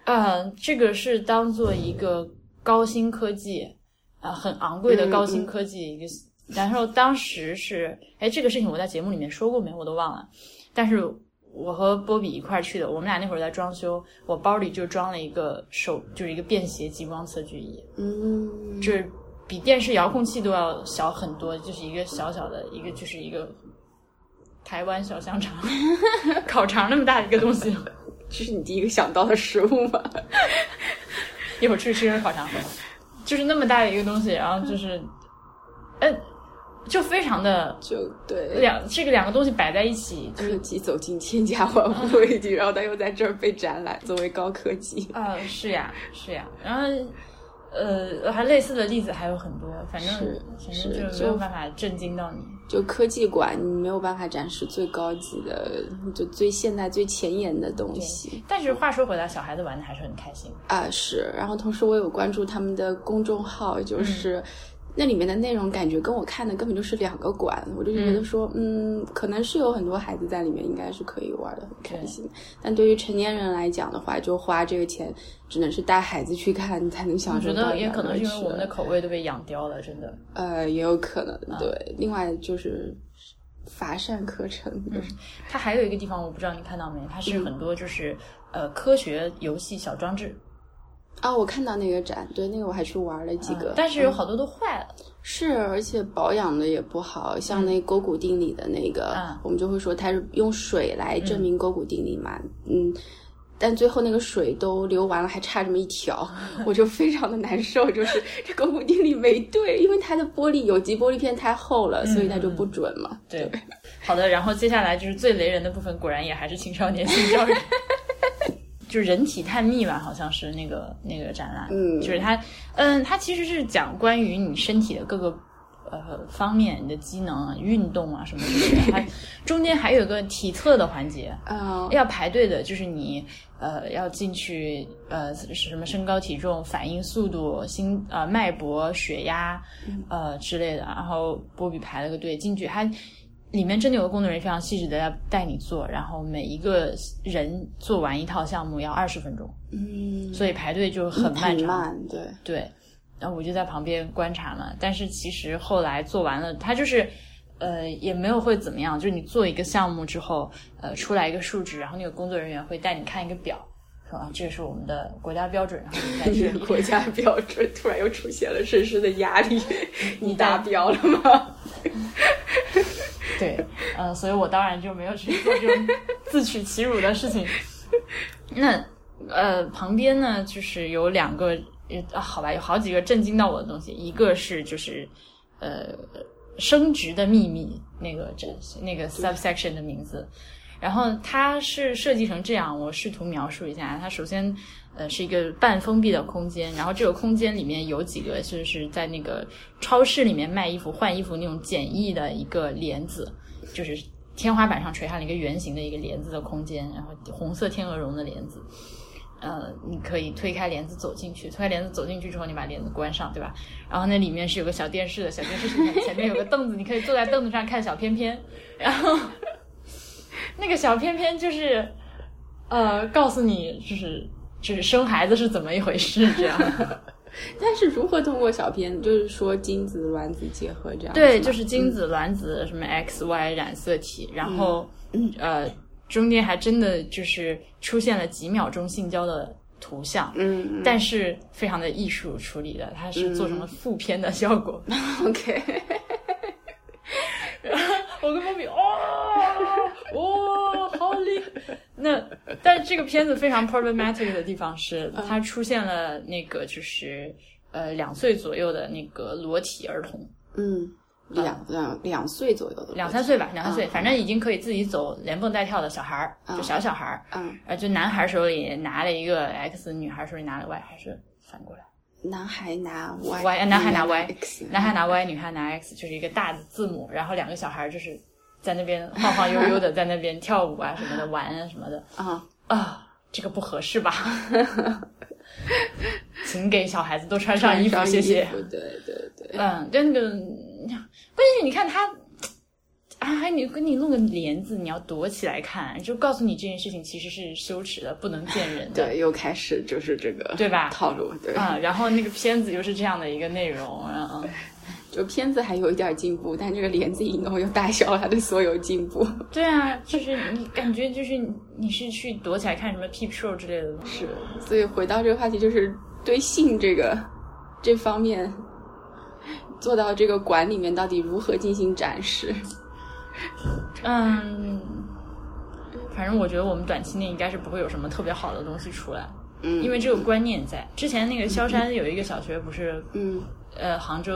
S1: 呃，这个是当做一个高新科技，啊、很昂贵的高新科技一个。然后当时是，哎，这个事情我在节目里面说过没，我都忘了。但是我和波比一块儿去的，我们俩那会儿在装修，我包里就装了一个手，就是一个便携激光测距仪，
S2: 嗯
S1: 就是比电视遥控器都要小很多，就是一个小小的一个，就是一个台湾小香肠、 烤肠那么大的一个东西。
S2: 这是你第一个想到的食物吗？
S1: 一会儿去吃根烤肠，就是那么大的一个东西，然后就是，呃，就非常的
S2: 就对。
S1: 两这个两个东西摆在一起，
S2: 科技走进千家万户已经，然后它又在这儿被展览，作为高科技。
S1: 啊、是呀，是呀，然后。呃，还类似的例子还有很多，反正
S2: 是
S1: 反
S2: 是
S1: 正就是没有办法震惊到你。
S2: 就科技馆，你没有办法展示最高级的、就最现代、最前沿的东西。
S1: 但是话说回来，小孩子玩的还是很开心。
S2: 啊，是。然后同时我有关注他们的公众号，
S1: 嗯
S2: 就是。那里面的内容感觉跟我看的根本就是两个馆，我就觉得说，嗯可能是有很多孩子在里面，应该是可以玩的很开心。但对于成年人来讲的话，就花这个钱，只能是带孩子去看，你才能享
S1: 我
S2: 受
S1: 觉
S2: 到
S1: 得
S2: 里
S1: 也
S2: 面
S1: 可嗯能是因为
S2: 去
S1: 我们的嗯口味都被养刁了，真的。
S2: 呃，也有可能对。另外就是乏善可陈，就是
S1: 它还有一个地方我不知道你看到没，它是很多就是、呃科学游戏小装置，
S2: 啊，我看到那个展，对那个我还去玩了几个，
S1: 嗯但是有好多都坏了。
S2: 是，而且保养的也不好，像那勾股定理的那个，
S1: 嗯
S2: 我们就会说它是用水来证明勾股定理嘛，嗯。但最后那个水都流完了，还差这么一条，我就非常的难受。就是这勾股定理没对，因为它的玻璃有机玻璃片太厚了，所以它就不准嘛。
S1: 对，好的，然后接下来就是最雷人的部分，果然也还是青少年性教育， 就是人体探秘吧，好像是那个那个展览，
S2: 嗯
S1: 就是它，嗯，它其实是讲关于你身体的各个。呃，方面你的机能啊、运动啊什么之类的，它中间还有个体测的环节，
S2: 啊、
S1: 要排队的，就是你呃要进去呃什么身高体重、反应速度、心呃脉搏、血压呃之类的，然后波比排了个队进去，他里面真的有个工作人员非常细致的要带你做，然后每一个人做完一套项目要二十分钟，
S2: 嗯，
S1: 所以排队就很漫
S2: 很
S1: 长。
S2: 慢，对，
S1: 对，然后我就在旁边观察嘛。但是其实后来做完了，它就是呃也没有会怎么样，就是你做一个项目之后，呃出来一个数值，然后那个工作人员会带你看一个表，说啊这是我们的国家标准，然后你在 这里。
S3: 国家标准突然又出现了深深的压力，你达
S1: 达
S3: 标了吗？
S1: 对， 呃，所以我当然就没有去做这种自取其辱的事情。 那呃，旁边呢就是有两个，呃好吧，有好几个震惊到我的东西，一个是就是呃升职的秘密那个这那个 subsection 的名字。然后它是设计成这样，我试图描述一下。它首先，呃，是一个半封闭的空间，然后这个空间里面有几个就是在那个超市里面卖衣服、换衣服那种简易的一个帘子，就是天花板上垂下了一个圆形的一个帘子的空间，然后红色天鹅绒的帘子。呃，你可以推开帘子走进去，推开帘子走进去之后，你把帘子关上，对吧？然后那里面是有个小电视的，小电视前面前面有个凳子，你可以坐在凳子上看小片片。然后那个小片片就是，呃，告诉你就是就是生孩子是怎么一回事，这样。
S2: 但是如何通过小片，就是说精子卵子结合这样子 吗？
S1: 对，就是精子、卵子什么 X、Y 染色体，然后、
S2: 嗯
S1: 呃中间还真的就是出现了几秒钟性交的图像，
S2: 嗯
S1: 但是非常的艺术处理的，它是做成了负片的效果。
S2: ，OK，
S1: 我跟波比，哦，哦，好厉害！那但是这个片子非常 problematic 的地方是，它出现了那个就是呃两岁左右的那个裸体儿童，
S2: 嗯，两两两岁左右的
S1: 两三岁吧，两三岁，反正已经可以自己走、连蹦带跳的小孩儿，就小小孩儿，
S2: 嗯，
S1: 呃，就男孩手里拿了一个 X，女孩手里拿了 Y，还是反过来？
S2: 男孩拿 Y，
S1: Y，男呃孩拿 Y
S2: X，
S1: 男孩拿 Y，女孩拿 X，就是一个大的字母，然后两个小孩儿就是在那边晃晃悠悠的在那边跳舞啊什么的，玩啊什么的
S2: 啊，
S1: 啊，这个不合适吧？ 请给小孩子都穿上衣服，谢谢。
S2: 穿上衣服对对对，
S1: 嗯，对那个，关键是你看他，啊，还你给你弄个帘子，你要躲起来看，就告诉你这件事情其实是羞耻的，不能见人的，
S2: 对，又开始就是这个
S1: 对吧？
S2: 套路，对，
S1: 啊、然后那个片子又是这样的一个内容，嗯，
S2: 就片子还有一点进步，但这个帘子一弄又打消了他的所有进步。
S1: 对啊，就是你感觉就是你你是去躲起来看什么 peep show 之类的吗？
S2: 是，所以回到这个话题，就是对性这个这方面，做到这个馆里面到底如何进行展示？
S1: 嗯，反正我觉得我们短期内应该是不会有什么特别好的东西出来，
S2: 嗯
S1: 因为这个观念在。之前那个萧山有一个小学不是
S2: 嗯
S1: 呃，杭州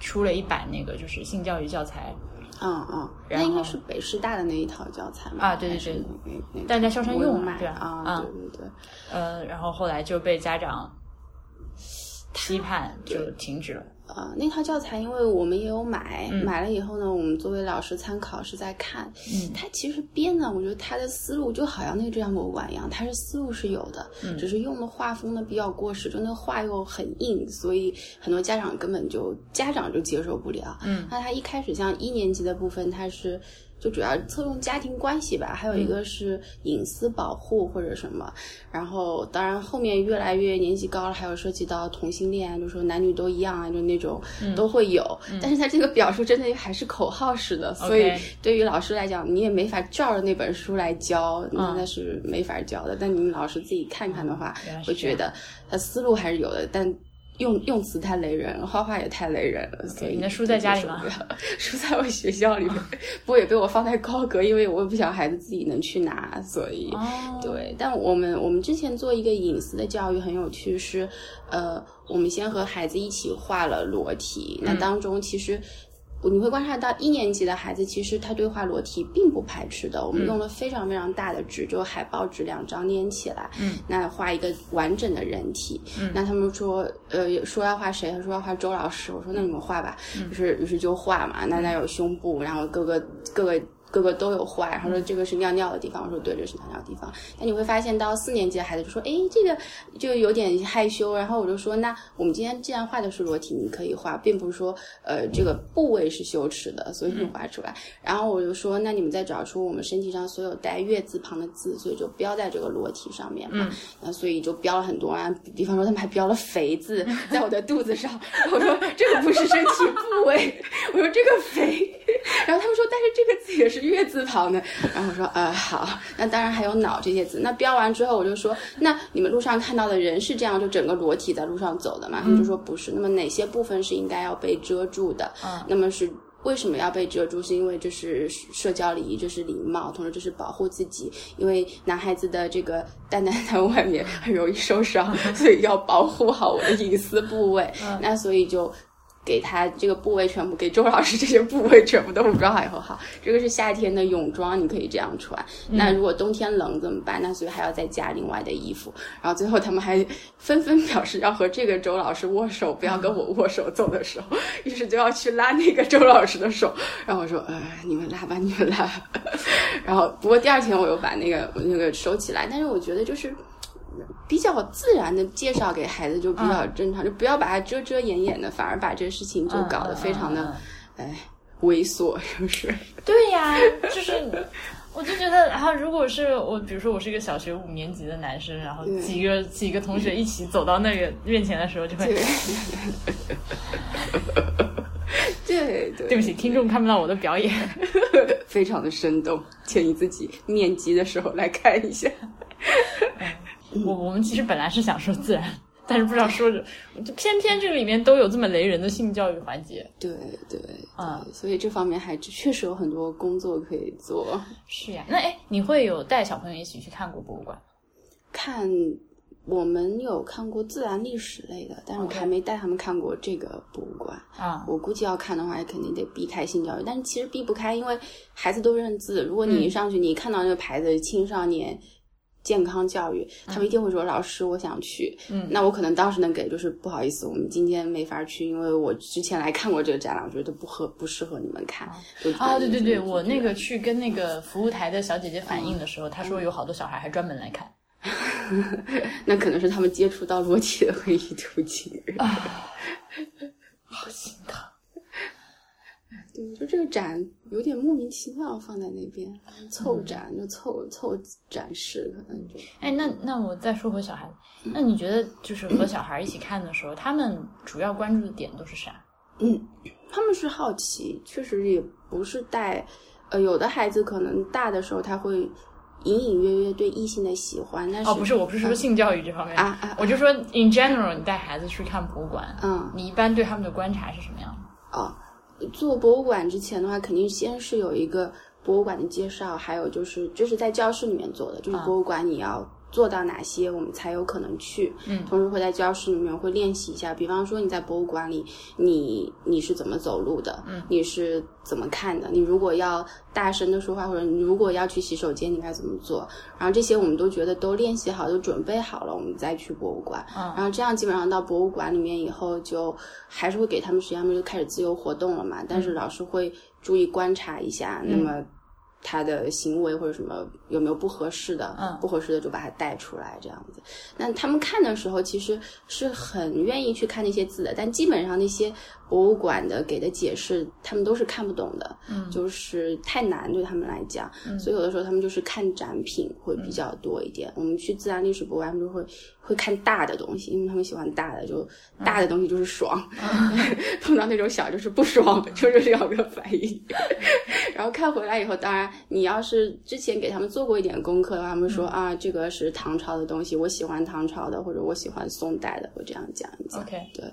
S1: 出了一版那个就是性教育教材，
S2: 嗯嗯，那
S1: 然
S2: 应该
S1: 后
S2: 是北师大的那一套教材嘛？
S1: 啊对对
S2: 还是
S1: 对
S2: 那那那个
S1: 但在萧山
S2: 我有
S1: 用啊
S2: 买
S1: 对吧
S2: 啊，
S1: 啊
S2: 对对对，
S1: 呃，然后后来就被家长批判，就停止了。
S2: 呃，那套教材，因为我们也有买，
S1: 嗯
S2: 买了以后呢，我们作为老师参考是在看。
S1: 嗯
S2: 他其实编呢，我觉得他的思路就好像那个这样魔馆一样，他是思路是有的，
S1: 嗯
S2: 只是用的画风呢比较过时，就那画又很硬，所以很多家长根本就家长就接受不了。
S1: 嗯，
S2: 那他一开始像一年级的部分，他是。就主要侧重家庭关系吧，还
S1: 嗯
S2: 有一个是隐私保护或者什么，然后当然后面越来越年纪高了，还有涉及到同性恋啊，就说男女都一样啊，就那种
S1: 嗯
S2: 都会有。但是他这个表述真的还是口号式的，所以对于老师来讲，你也没法照着那本书来教，
S1: 嗯
S2: 那那是没法教的。但你们老师自己看看的话
S1: 原来，是
S2: 会觉得他思路还是有的，但。用用词太雷人，画画也太雷人了，所以
S1: 你的书在家里吗
S2: 接受不了？ 书在我学校里面， 不过也被我放在高格，因为我也不想孩子自己能去拿，所以
S1: 哦，
S2: 嗯对，但我们我们之前做一个隐私的教育很有趣是，呃，我们先和孩子一起画了裸体，
S1: 嗯
S2: 那当中其实。你会观察到一年级的孩子，其实他对画裸体并不排斥的。我
S1: 嗯
S2: 们用了非常非常大的纸，就海报纸两张粘起来，
S1: 嗯，
S2: 那画一个完整的人体。
S1: 嗯
S2: 那他们说，呃，说要画谁？他说要画
S1: 嗯
S2: 周老师。我说那你们画吧，于是于是就画嘛。那那有胸部，然后各个各个各个都有画，然后
S1: 嗯
S2: 说这个是尿尿的地方，我说对，这是尿尿的地方。但你会发现到四年级的孩子就说，哎，这个就有点害羞。然后我就说，那我们今天既然画的是裸体，你可以画，并不是说呃这个部位是羞耻的，所以你画出来。然后我就说，那你们再找出我们身体上所有带月字旁的字，所以就标在这个裸体上面嘛。那所以就标了很多啊，比比方说他们还标了肥字在我的肚子上。我说这个不是身体部位，我说这个肥。然后他们说，但是这个字也是月字旁的。然后我说，呃，好，那当然还有脑这些字。那标完之后，我就说，那你们路上看到的人是这样，就整个裸体在路上走的吗？他们就说不是。那么哪些部分是应该要被遮住的？
S1: 嗯
S2: 那么是。为什么要被遮住？是因为这是社交礼仪，这是礼貌，同时这是保护自己。因为男孩子的这个蛋蛋在外面很容易受伤，所以要保护好我的隐私部位。那所以就给他这个部位全部给周老师这些部位全部都捂上以后，好，这个是夏天的泳装，你可以这样穿。那如果冬天冷怎么办？那所以还要再加另外的衣服。然后最后他们还纷纷表示要和这个周老师握手，不要跟我握手走的时候，于是就要去拉那个周老师的手。然后我说，呃，你们拉吧，你们拉吧。然后不过第二天我又把那个那个收起来，但是我觉得就是。比较自然的介绍给孩子就比
S1: 嗯
S2: 较正常，就不要把它遮遮掩掩的，反而把这个事情就搞得非
S1: 嗯
S2: 常的猥琐， 是不是？
S1: 对呀，就是我就觉得，然后如果是我，比如说我是一个小学五年级的男生，然后
S2: 对
S1: 几个几个同学一起走到那个面前的时候，就会
S2: 对， 对 对，
S1: 对不起，听众看不到我的表演。
S2: 非常的生动，建议自己面基的时候来看一下。
S1: 我我们其实本来是想说自然，但是不知道说着，就偏偏这个里面都有这么雷人的性教育环节。
S2: 对对
S1: 啊，
S2: 对所以这方面还确实有很多工作可以做。
S1: 是呀，那哎，你会有带小朋友一起去看过博物馆？
S2: 看我们有看过自然历史类的，但是我
S1: OK
S2: 还没带他们看过这个博物馆。
S1: 啊，
S2: 我估计要看的话，肯定得避开性教育，但是其实避不开，因为孩子都认字。如果
S1: 嗯
S2: 你一上去，你一看到那个牌子“青少年健康教育”，他们一定会说：“老师，我想去。”
S1: 嗯
S2: 那我可能当时能给就是不好意思，我们今天没法去，因为我之前来看过这个展览，我觉得不合不适合你们看。就
S1: 啊，对对对，我那个去跟那个服务台的小姐姐反映的时候，她说有好多小孩还专门来看。
S2: 那可能是他们接触到裸体的唯一途径。
S1: 啊好心疼。
S2: 对，就这个展有点莫名其妙放在那边
S1: 嗯
S2: 凑展，就凑凑展示，可能就
S1: 哎，那那我再说回小孩，那你觉得就是和小孩一起看的时候，他们主要关注的点都是啥？
S2: 他们是好奇，确实也不是带，呃，有的孩子可能大的时候他会隐隐约约对异性的喜欢，但是
S1: 哦，不是，我不是说性教育这方面，
S2: 啊啊，
S1: 我就说 in general，你带孩子去看博物馆，
S2: 嗯
S1: 你一般对他们的观察是什么样的？
S2: 哦，做博物馆之前的话，肯定先是有一个博物馆的介绍，还有就是这是在教室里面做的，就是
S1: 啊
S2: 博物馆你要做到哪些，我们才有可能去。
S1: 嗯
S2: 同时会在教室里面会练习一下，比方说你在博物馆里，你你是怎么走路的，
S1: 嗯
S2: 你是怎么看的，你如果要大声的说话，或者你如果要去洗手间，你该怎么做？然后这些我们都觉得都练习好，都准备好了，我们再去博物馆。
S1: 嗯
S2: 然后这样基本上到博物馆里面以后，就还是会给他们时间，他们就开始自由活动了嘛。
S1: 嗯
S2: 但是老师会注意观察一下，那么他的行为或者什么有没有不合适的，
S1: 嗯
S2: 不合适的就把他带出来这样子。那他们看的时候其实是很愿意去看那些字的，但基本上那些博物馆的给的解释，他们都是看不懂的，
S1: 嗯
S2: 就是太难对他们来讲。所以有的时候他们就是看展品会比较多一点。我们去自然历史博物馆，他们就会会看大的东西，因为他们喜欢大的，就大的东西就是爽， 碰到那种小就是不爽， 就是这两个反应。然后看回来以后，当然你要是之前给他们做过一点功课的话，他们说、啊，这个是唐朝的东西，我喜欢唐朝的，或者我喜欢宋代的，会这样讲一讲。
S1: OK
S2: 对。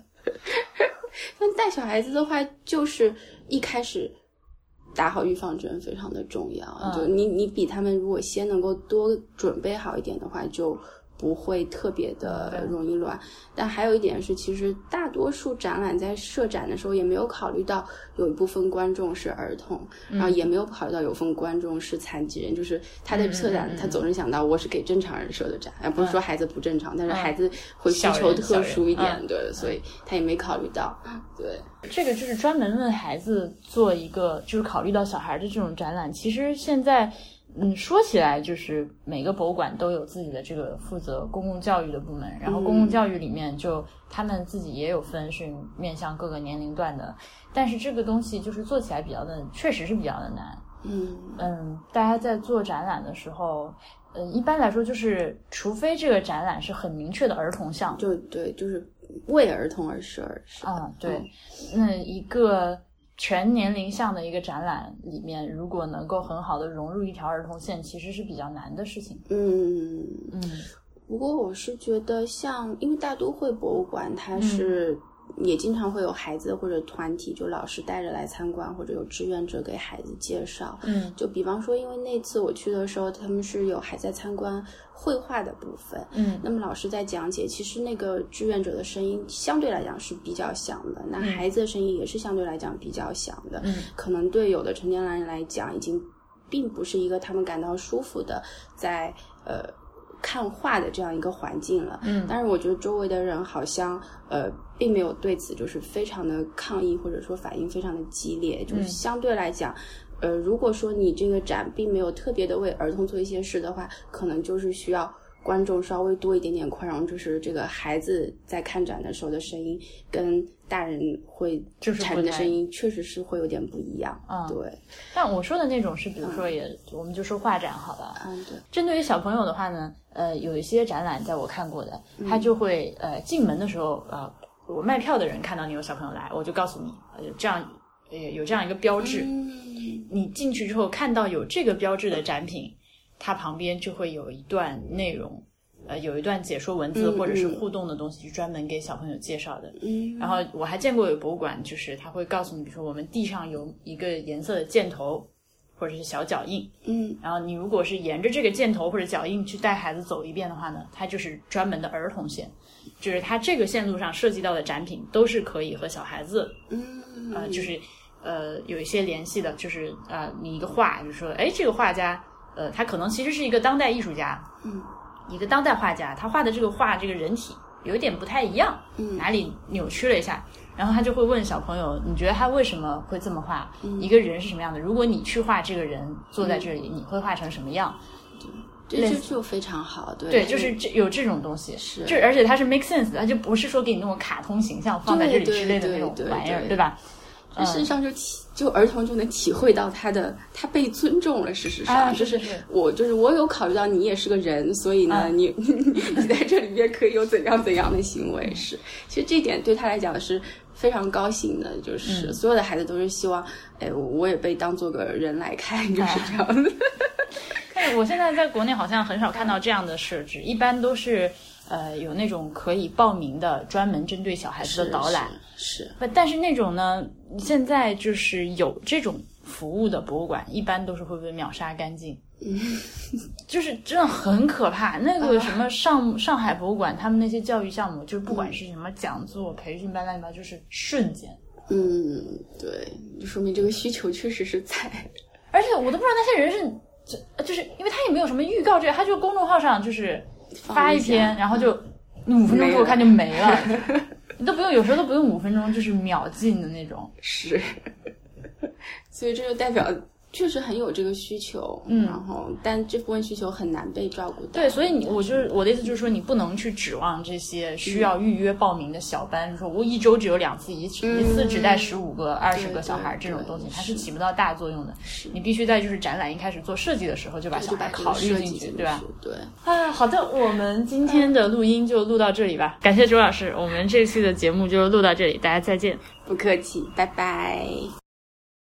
S2: 但带小孩子的话，就是一开始打好预防针非常的重要。
S1: 嗯
S2: 就你你比他们如果先能够多准备好一点的话，就不会特别的容易乱。但还有一点是，其实大多数展览在设展的时候也没有考虑到有一部分观众是儿童，然后也没有考虑到有部分观众是残疾人。就是他的策展，
S1: 嗯嗯嗯嗯嗯
S2: 他总是想到我是给正常人设的展，而不是说孩子不正常，但是孩子会需
S1: 小
S2: 求
S1: 人小
S2: 特
S1: 人
S2: 殊一点，
S1: 嗯
S2: 对，所以他也没考虑到，对。
S1: 这个就是专门为孩子做一个，就是考虑到小孩的这种展览。其实现在，嗯，说起来就是每个博物馆都有自己的这个负责公共教育的部门，然后公共教育里面就他们自己也有分是面向各个年龄段的，但是这个东西就是做起来比较的，确实是比较的难。
S2: 嗯，
S1: 嗯，大家在做展览的时候，嗯，一般来说就是，除非这个展览是很明确的儿童项目。
S2: 就对，就是为儿童而设而设。
S1: 啊，对，那一个全年龄向的一个展览里面，如果能够很好的融入一条儿童线，其实是比较难的事情。
S2: 嗯，
S1: 嗯
S2: 不过我是觉得像，因为大都会博物馆
S1: 嗯
S2: 它是。也经常会有孩子或者团体，就老师带着来参观，或者有志愿者给孩子介绍。
S1: 嗯
S2: 就比方说，因为那次我去的时候，他们是有还在参观绘画的部分，
S1: 嗯
S2: 那么老师在讲解，其实那个志愿者的声音相对来讲是比较响的，那孩子的声音也是相对来讲比较响的，
S1: 嗯
S2: 可能对有的成年人来讲，已经并不是一个他们感到舒服的在呃看画的这样一个环境了。
S1: 嗯
S2: 但是我觉得周围的人好像呃，并没有对此就是非常的抗议，或者说反应非常的激烈。
S1: 嗯
S2: 就是相对来讲，呃，如果说你这个展并没有特别的为儿童做一些事的话，可能就是需要观众稍微多一点点宽容，就是这个孩子在看展的时候的声音跟大人会
S1: 就是不
S2: 产生的
S1: 太
S2: 声音，确实是会有点不一样。
S1: 啊
S2: 对，
S1: 但我说的那种是，比如说也，我们就说画展好了。
S2: 嗯，对，
S1: 针对于小朋友的话呢，呃，有一些展览在我看过的，
S2: 嗯
S1: 他就会呃进门的时候，呃，我卖票的人看到你有小朋友来，我就告诉你，呃，这样呃有这样一个标志，
S2: 嗯
S1: 你进去之后看到有这个标志的展品，它旁边就会有一段内容，呃，有一段解说文字
S2: 嗯
S1: 或者是
S2: 嗯
S1: 互动的东西，专门给小朋友介绍的。
S2: 嗯，
S1: 然后我还见过有博物馆，就是他会告诉你，比如说我们地上有一个颜色的箭头或者是小脚印，
S2: 嗯
S1: 然后你如果是沿着这个箭头或者脚印去带孩子走一遍的话呢，它就是专门的儿童线，就是它这个线路上涉及到的展品都是可以和小孩子
S2: 嗯
S1: 呃，就是呃有一些联系的，就是呃你一个画，就是说，哎，这个画家，呃，他可能其实是一个当代艺术家，
S2: 嗯，
S1: 一个当代画家，他画的这个画，这个人体有一点不太一样，嗯，哪里扭曲了一下。然后他就会问小朋友：“你觉得他为什么会这么画？
S2: 嗯
S1: 一个人是什么样的？如果你去画这个人坐在这里，你会画成什么样？”
S2: 对，这就非常好，对
S1: 对，
S2: 对，
S1: 就是这有这种东西，
S2: 是
S1: 就而且它是 make sense，的它就不是说给你那种卡通形象放在这里
S2: 对
S1: 之类的
S2: 对
S1: 那种
S2: 对对
S1: 玩意儿，
S2: 对
S1: 对吧？
S2: 就
S1: 嗯
S2: 事实上就体就儿童就能体会到他的他被尊重了。事实上，
S1: 啊
S2: 就是是
S1: 是是
S2: 我就是我有考虑到你也是个人，所以呢，
S1: 啊
S2: 你 你在这里面可以有怎样怎样的行为是。其实这一点对他来讲是非常高兴的，就是、
S1: 嗯
S2: 所有的孩子都是希望，哎，我我也被当做个人来看，就是这
S1: 哎
S2: 样子。
S1: 但是我现在在国内好像很少看到这样的设置，一般都是呃有那种可以报名的专门针对小孩子的导览。
S2: 是是
S1: 不但是那种呢，现在就是有这种服务的博物馆，一般都是会被秒杀干净。就是真的很可怕。那个什么上、上海博物馆，他们那些教育项目，就是不管是什么讲座、培训班、乱七八糟，就是瞬间。
S2: 嗯，对，就说明这个需求确实是在。
S1: 而且我都不知道那些人是，这就是因为他也没有什么预告这个，他就公众号上就是发一篇，然后就五分钟给我看就没了， 你都不用，有时候都不用五分钟，就是秒进的那种。
S2: 是，所以这就代表确实很有这个需求，嗯，然后但这部分需求很难被照顾到，
S1: 对，所以你我就是我的意思就是说，你不能去指望这些需要预约报名的小班，说我一周只有两次，一次一次只带十五个、二十
S2: 嗯对
S1: 个小孩儿这
S2: 对
S1: 种
S2: 对
S1: 东西，它
S2: 是
S1: 是起不到大作用的。你必须在就是展览一开始做设计的时候就把小
S2: 就
S1: 孩
S2: 把
S1: 儿
S2: 这个
S1: 考虑
S2: 设计
S1: 进去，对吧？？
S2: 对，
S1: 啊，好的，我们今天的录音就录到这里吧，感谢周老师，我们这期的节目就录到这里，大家再见。
S2: 不客气，拜拜。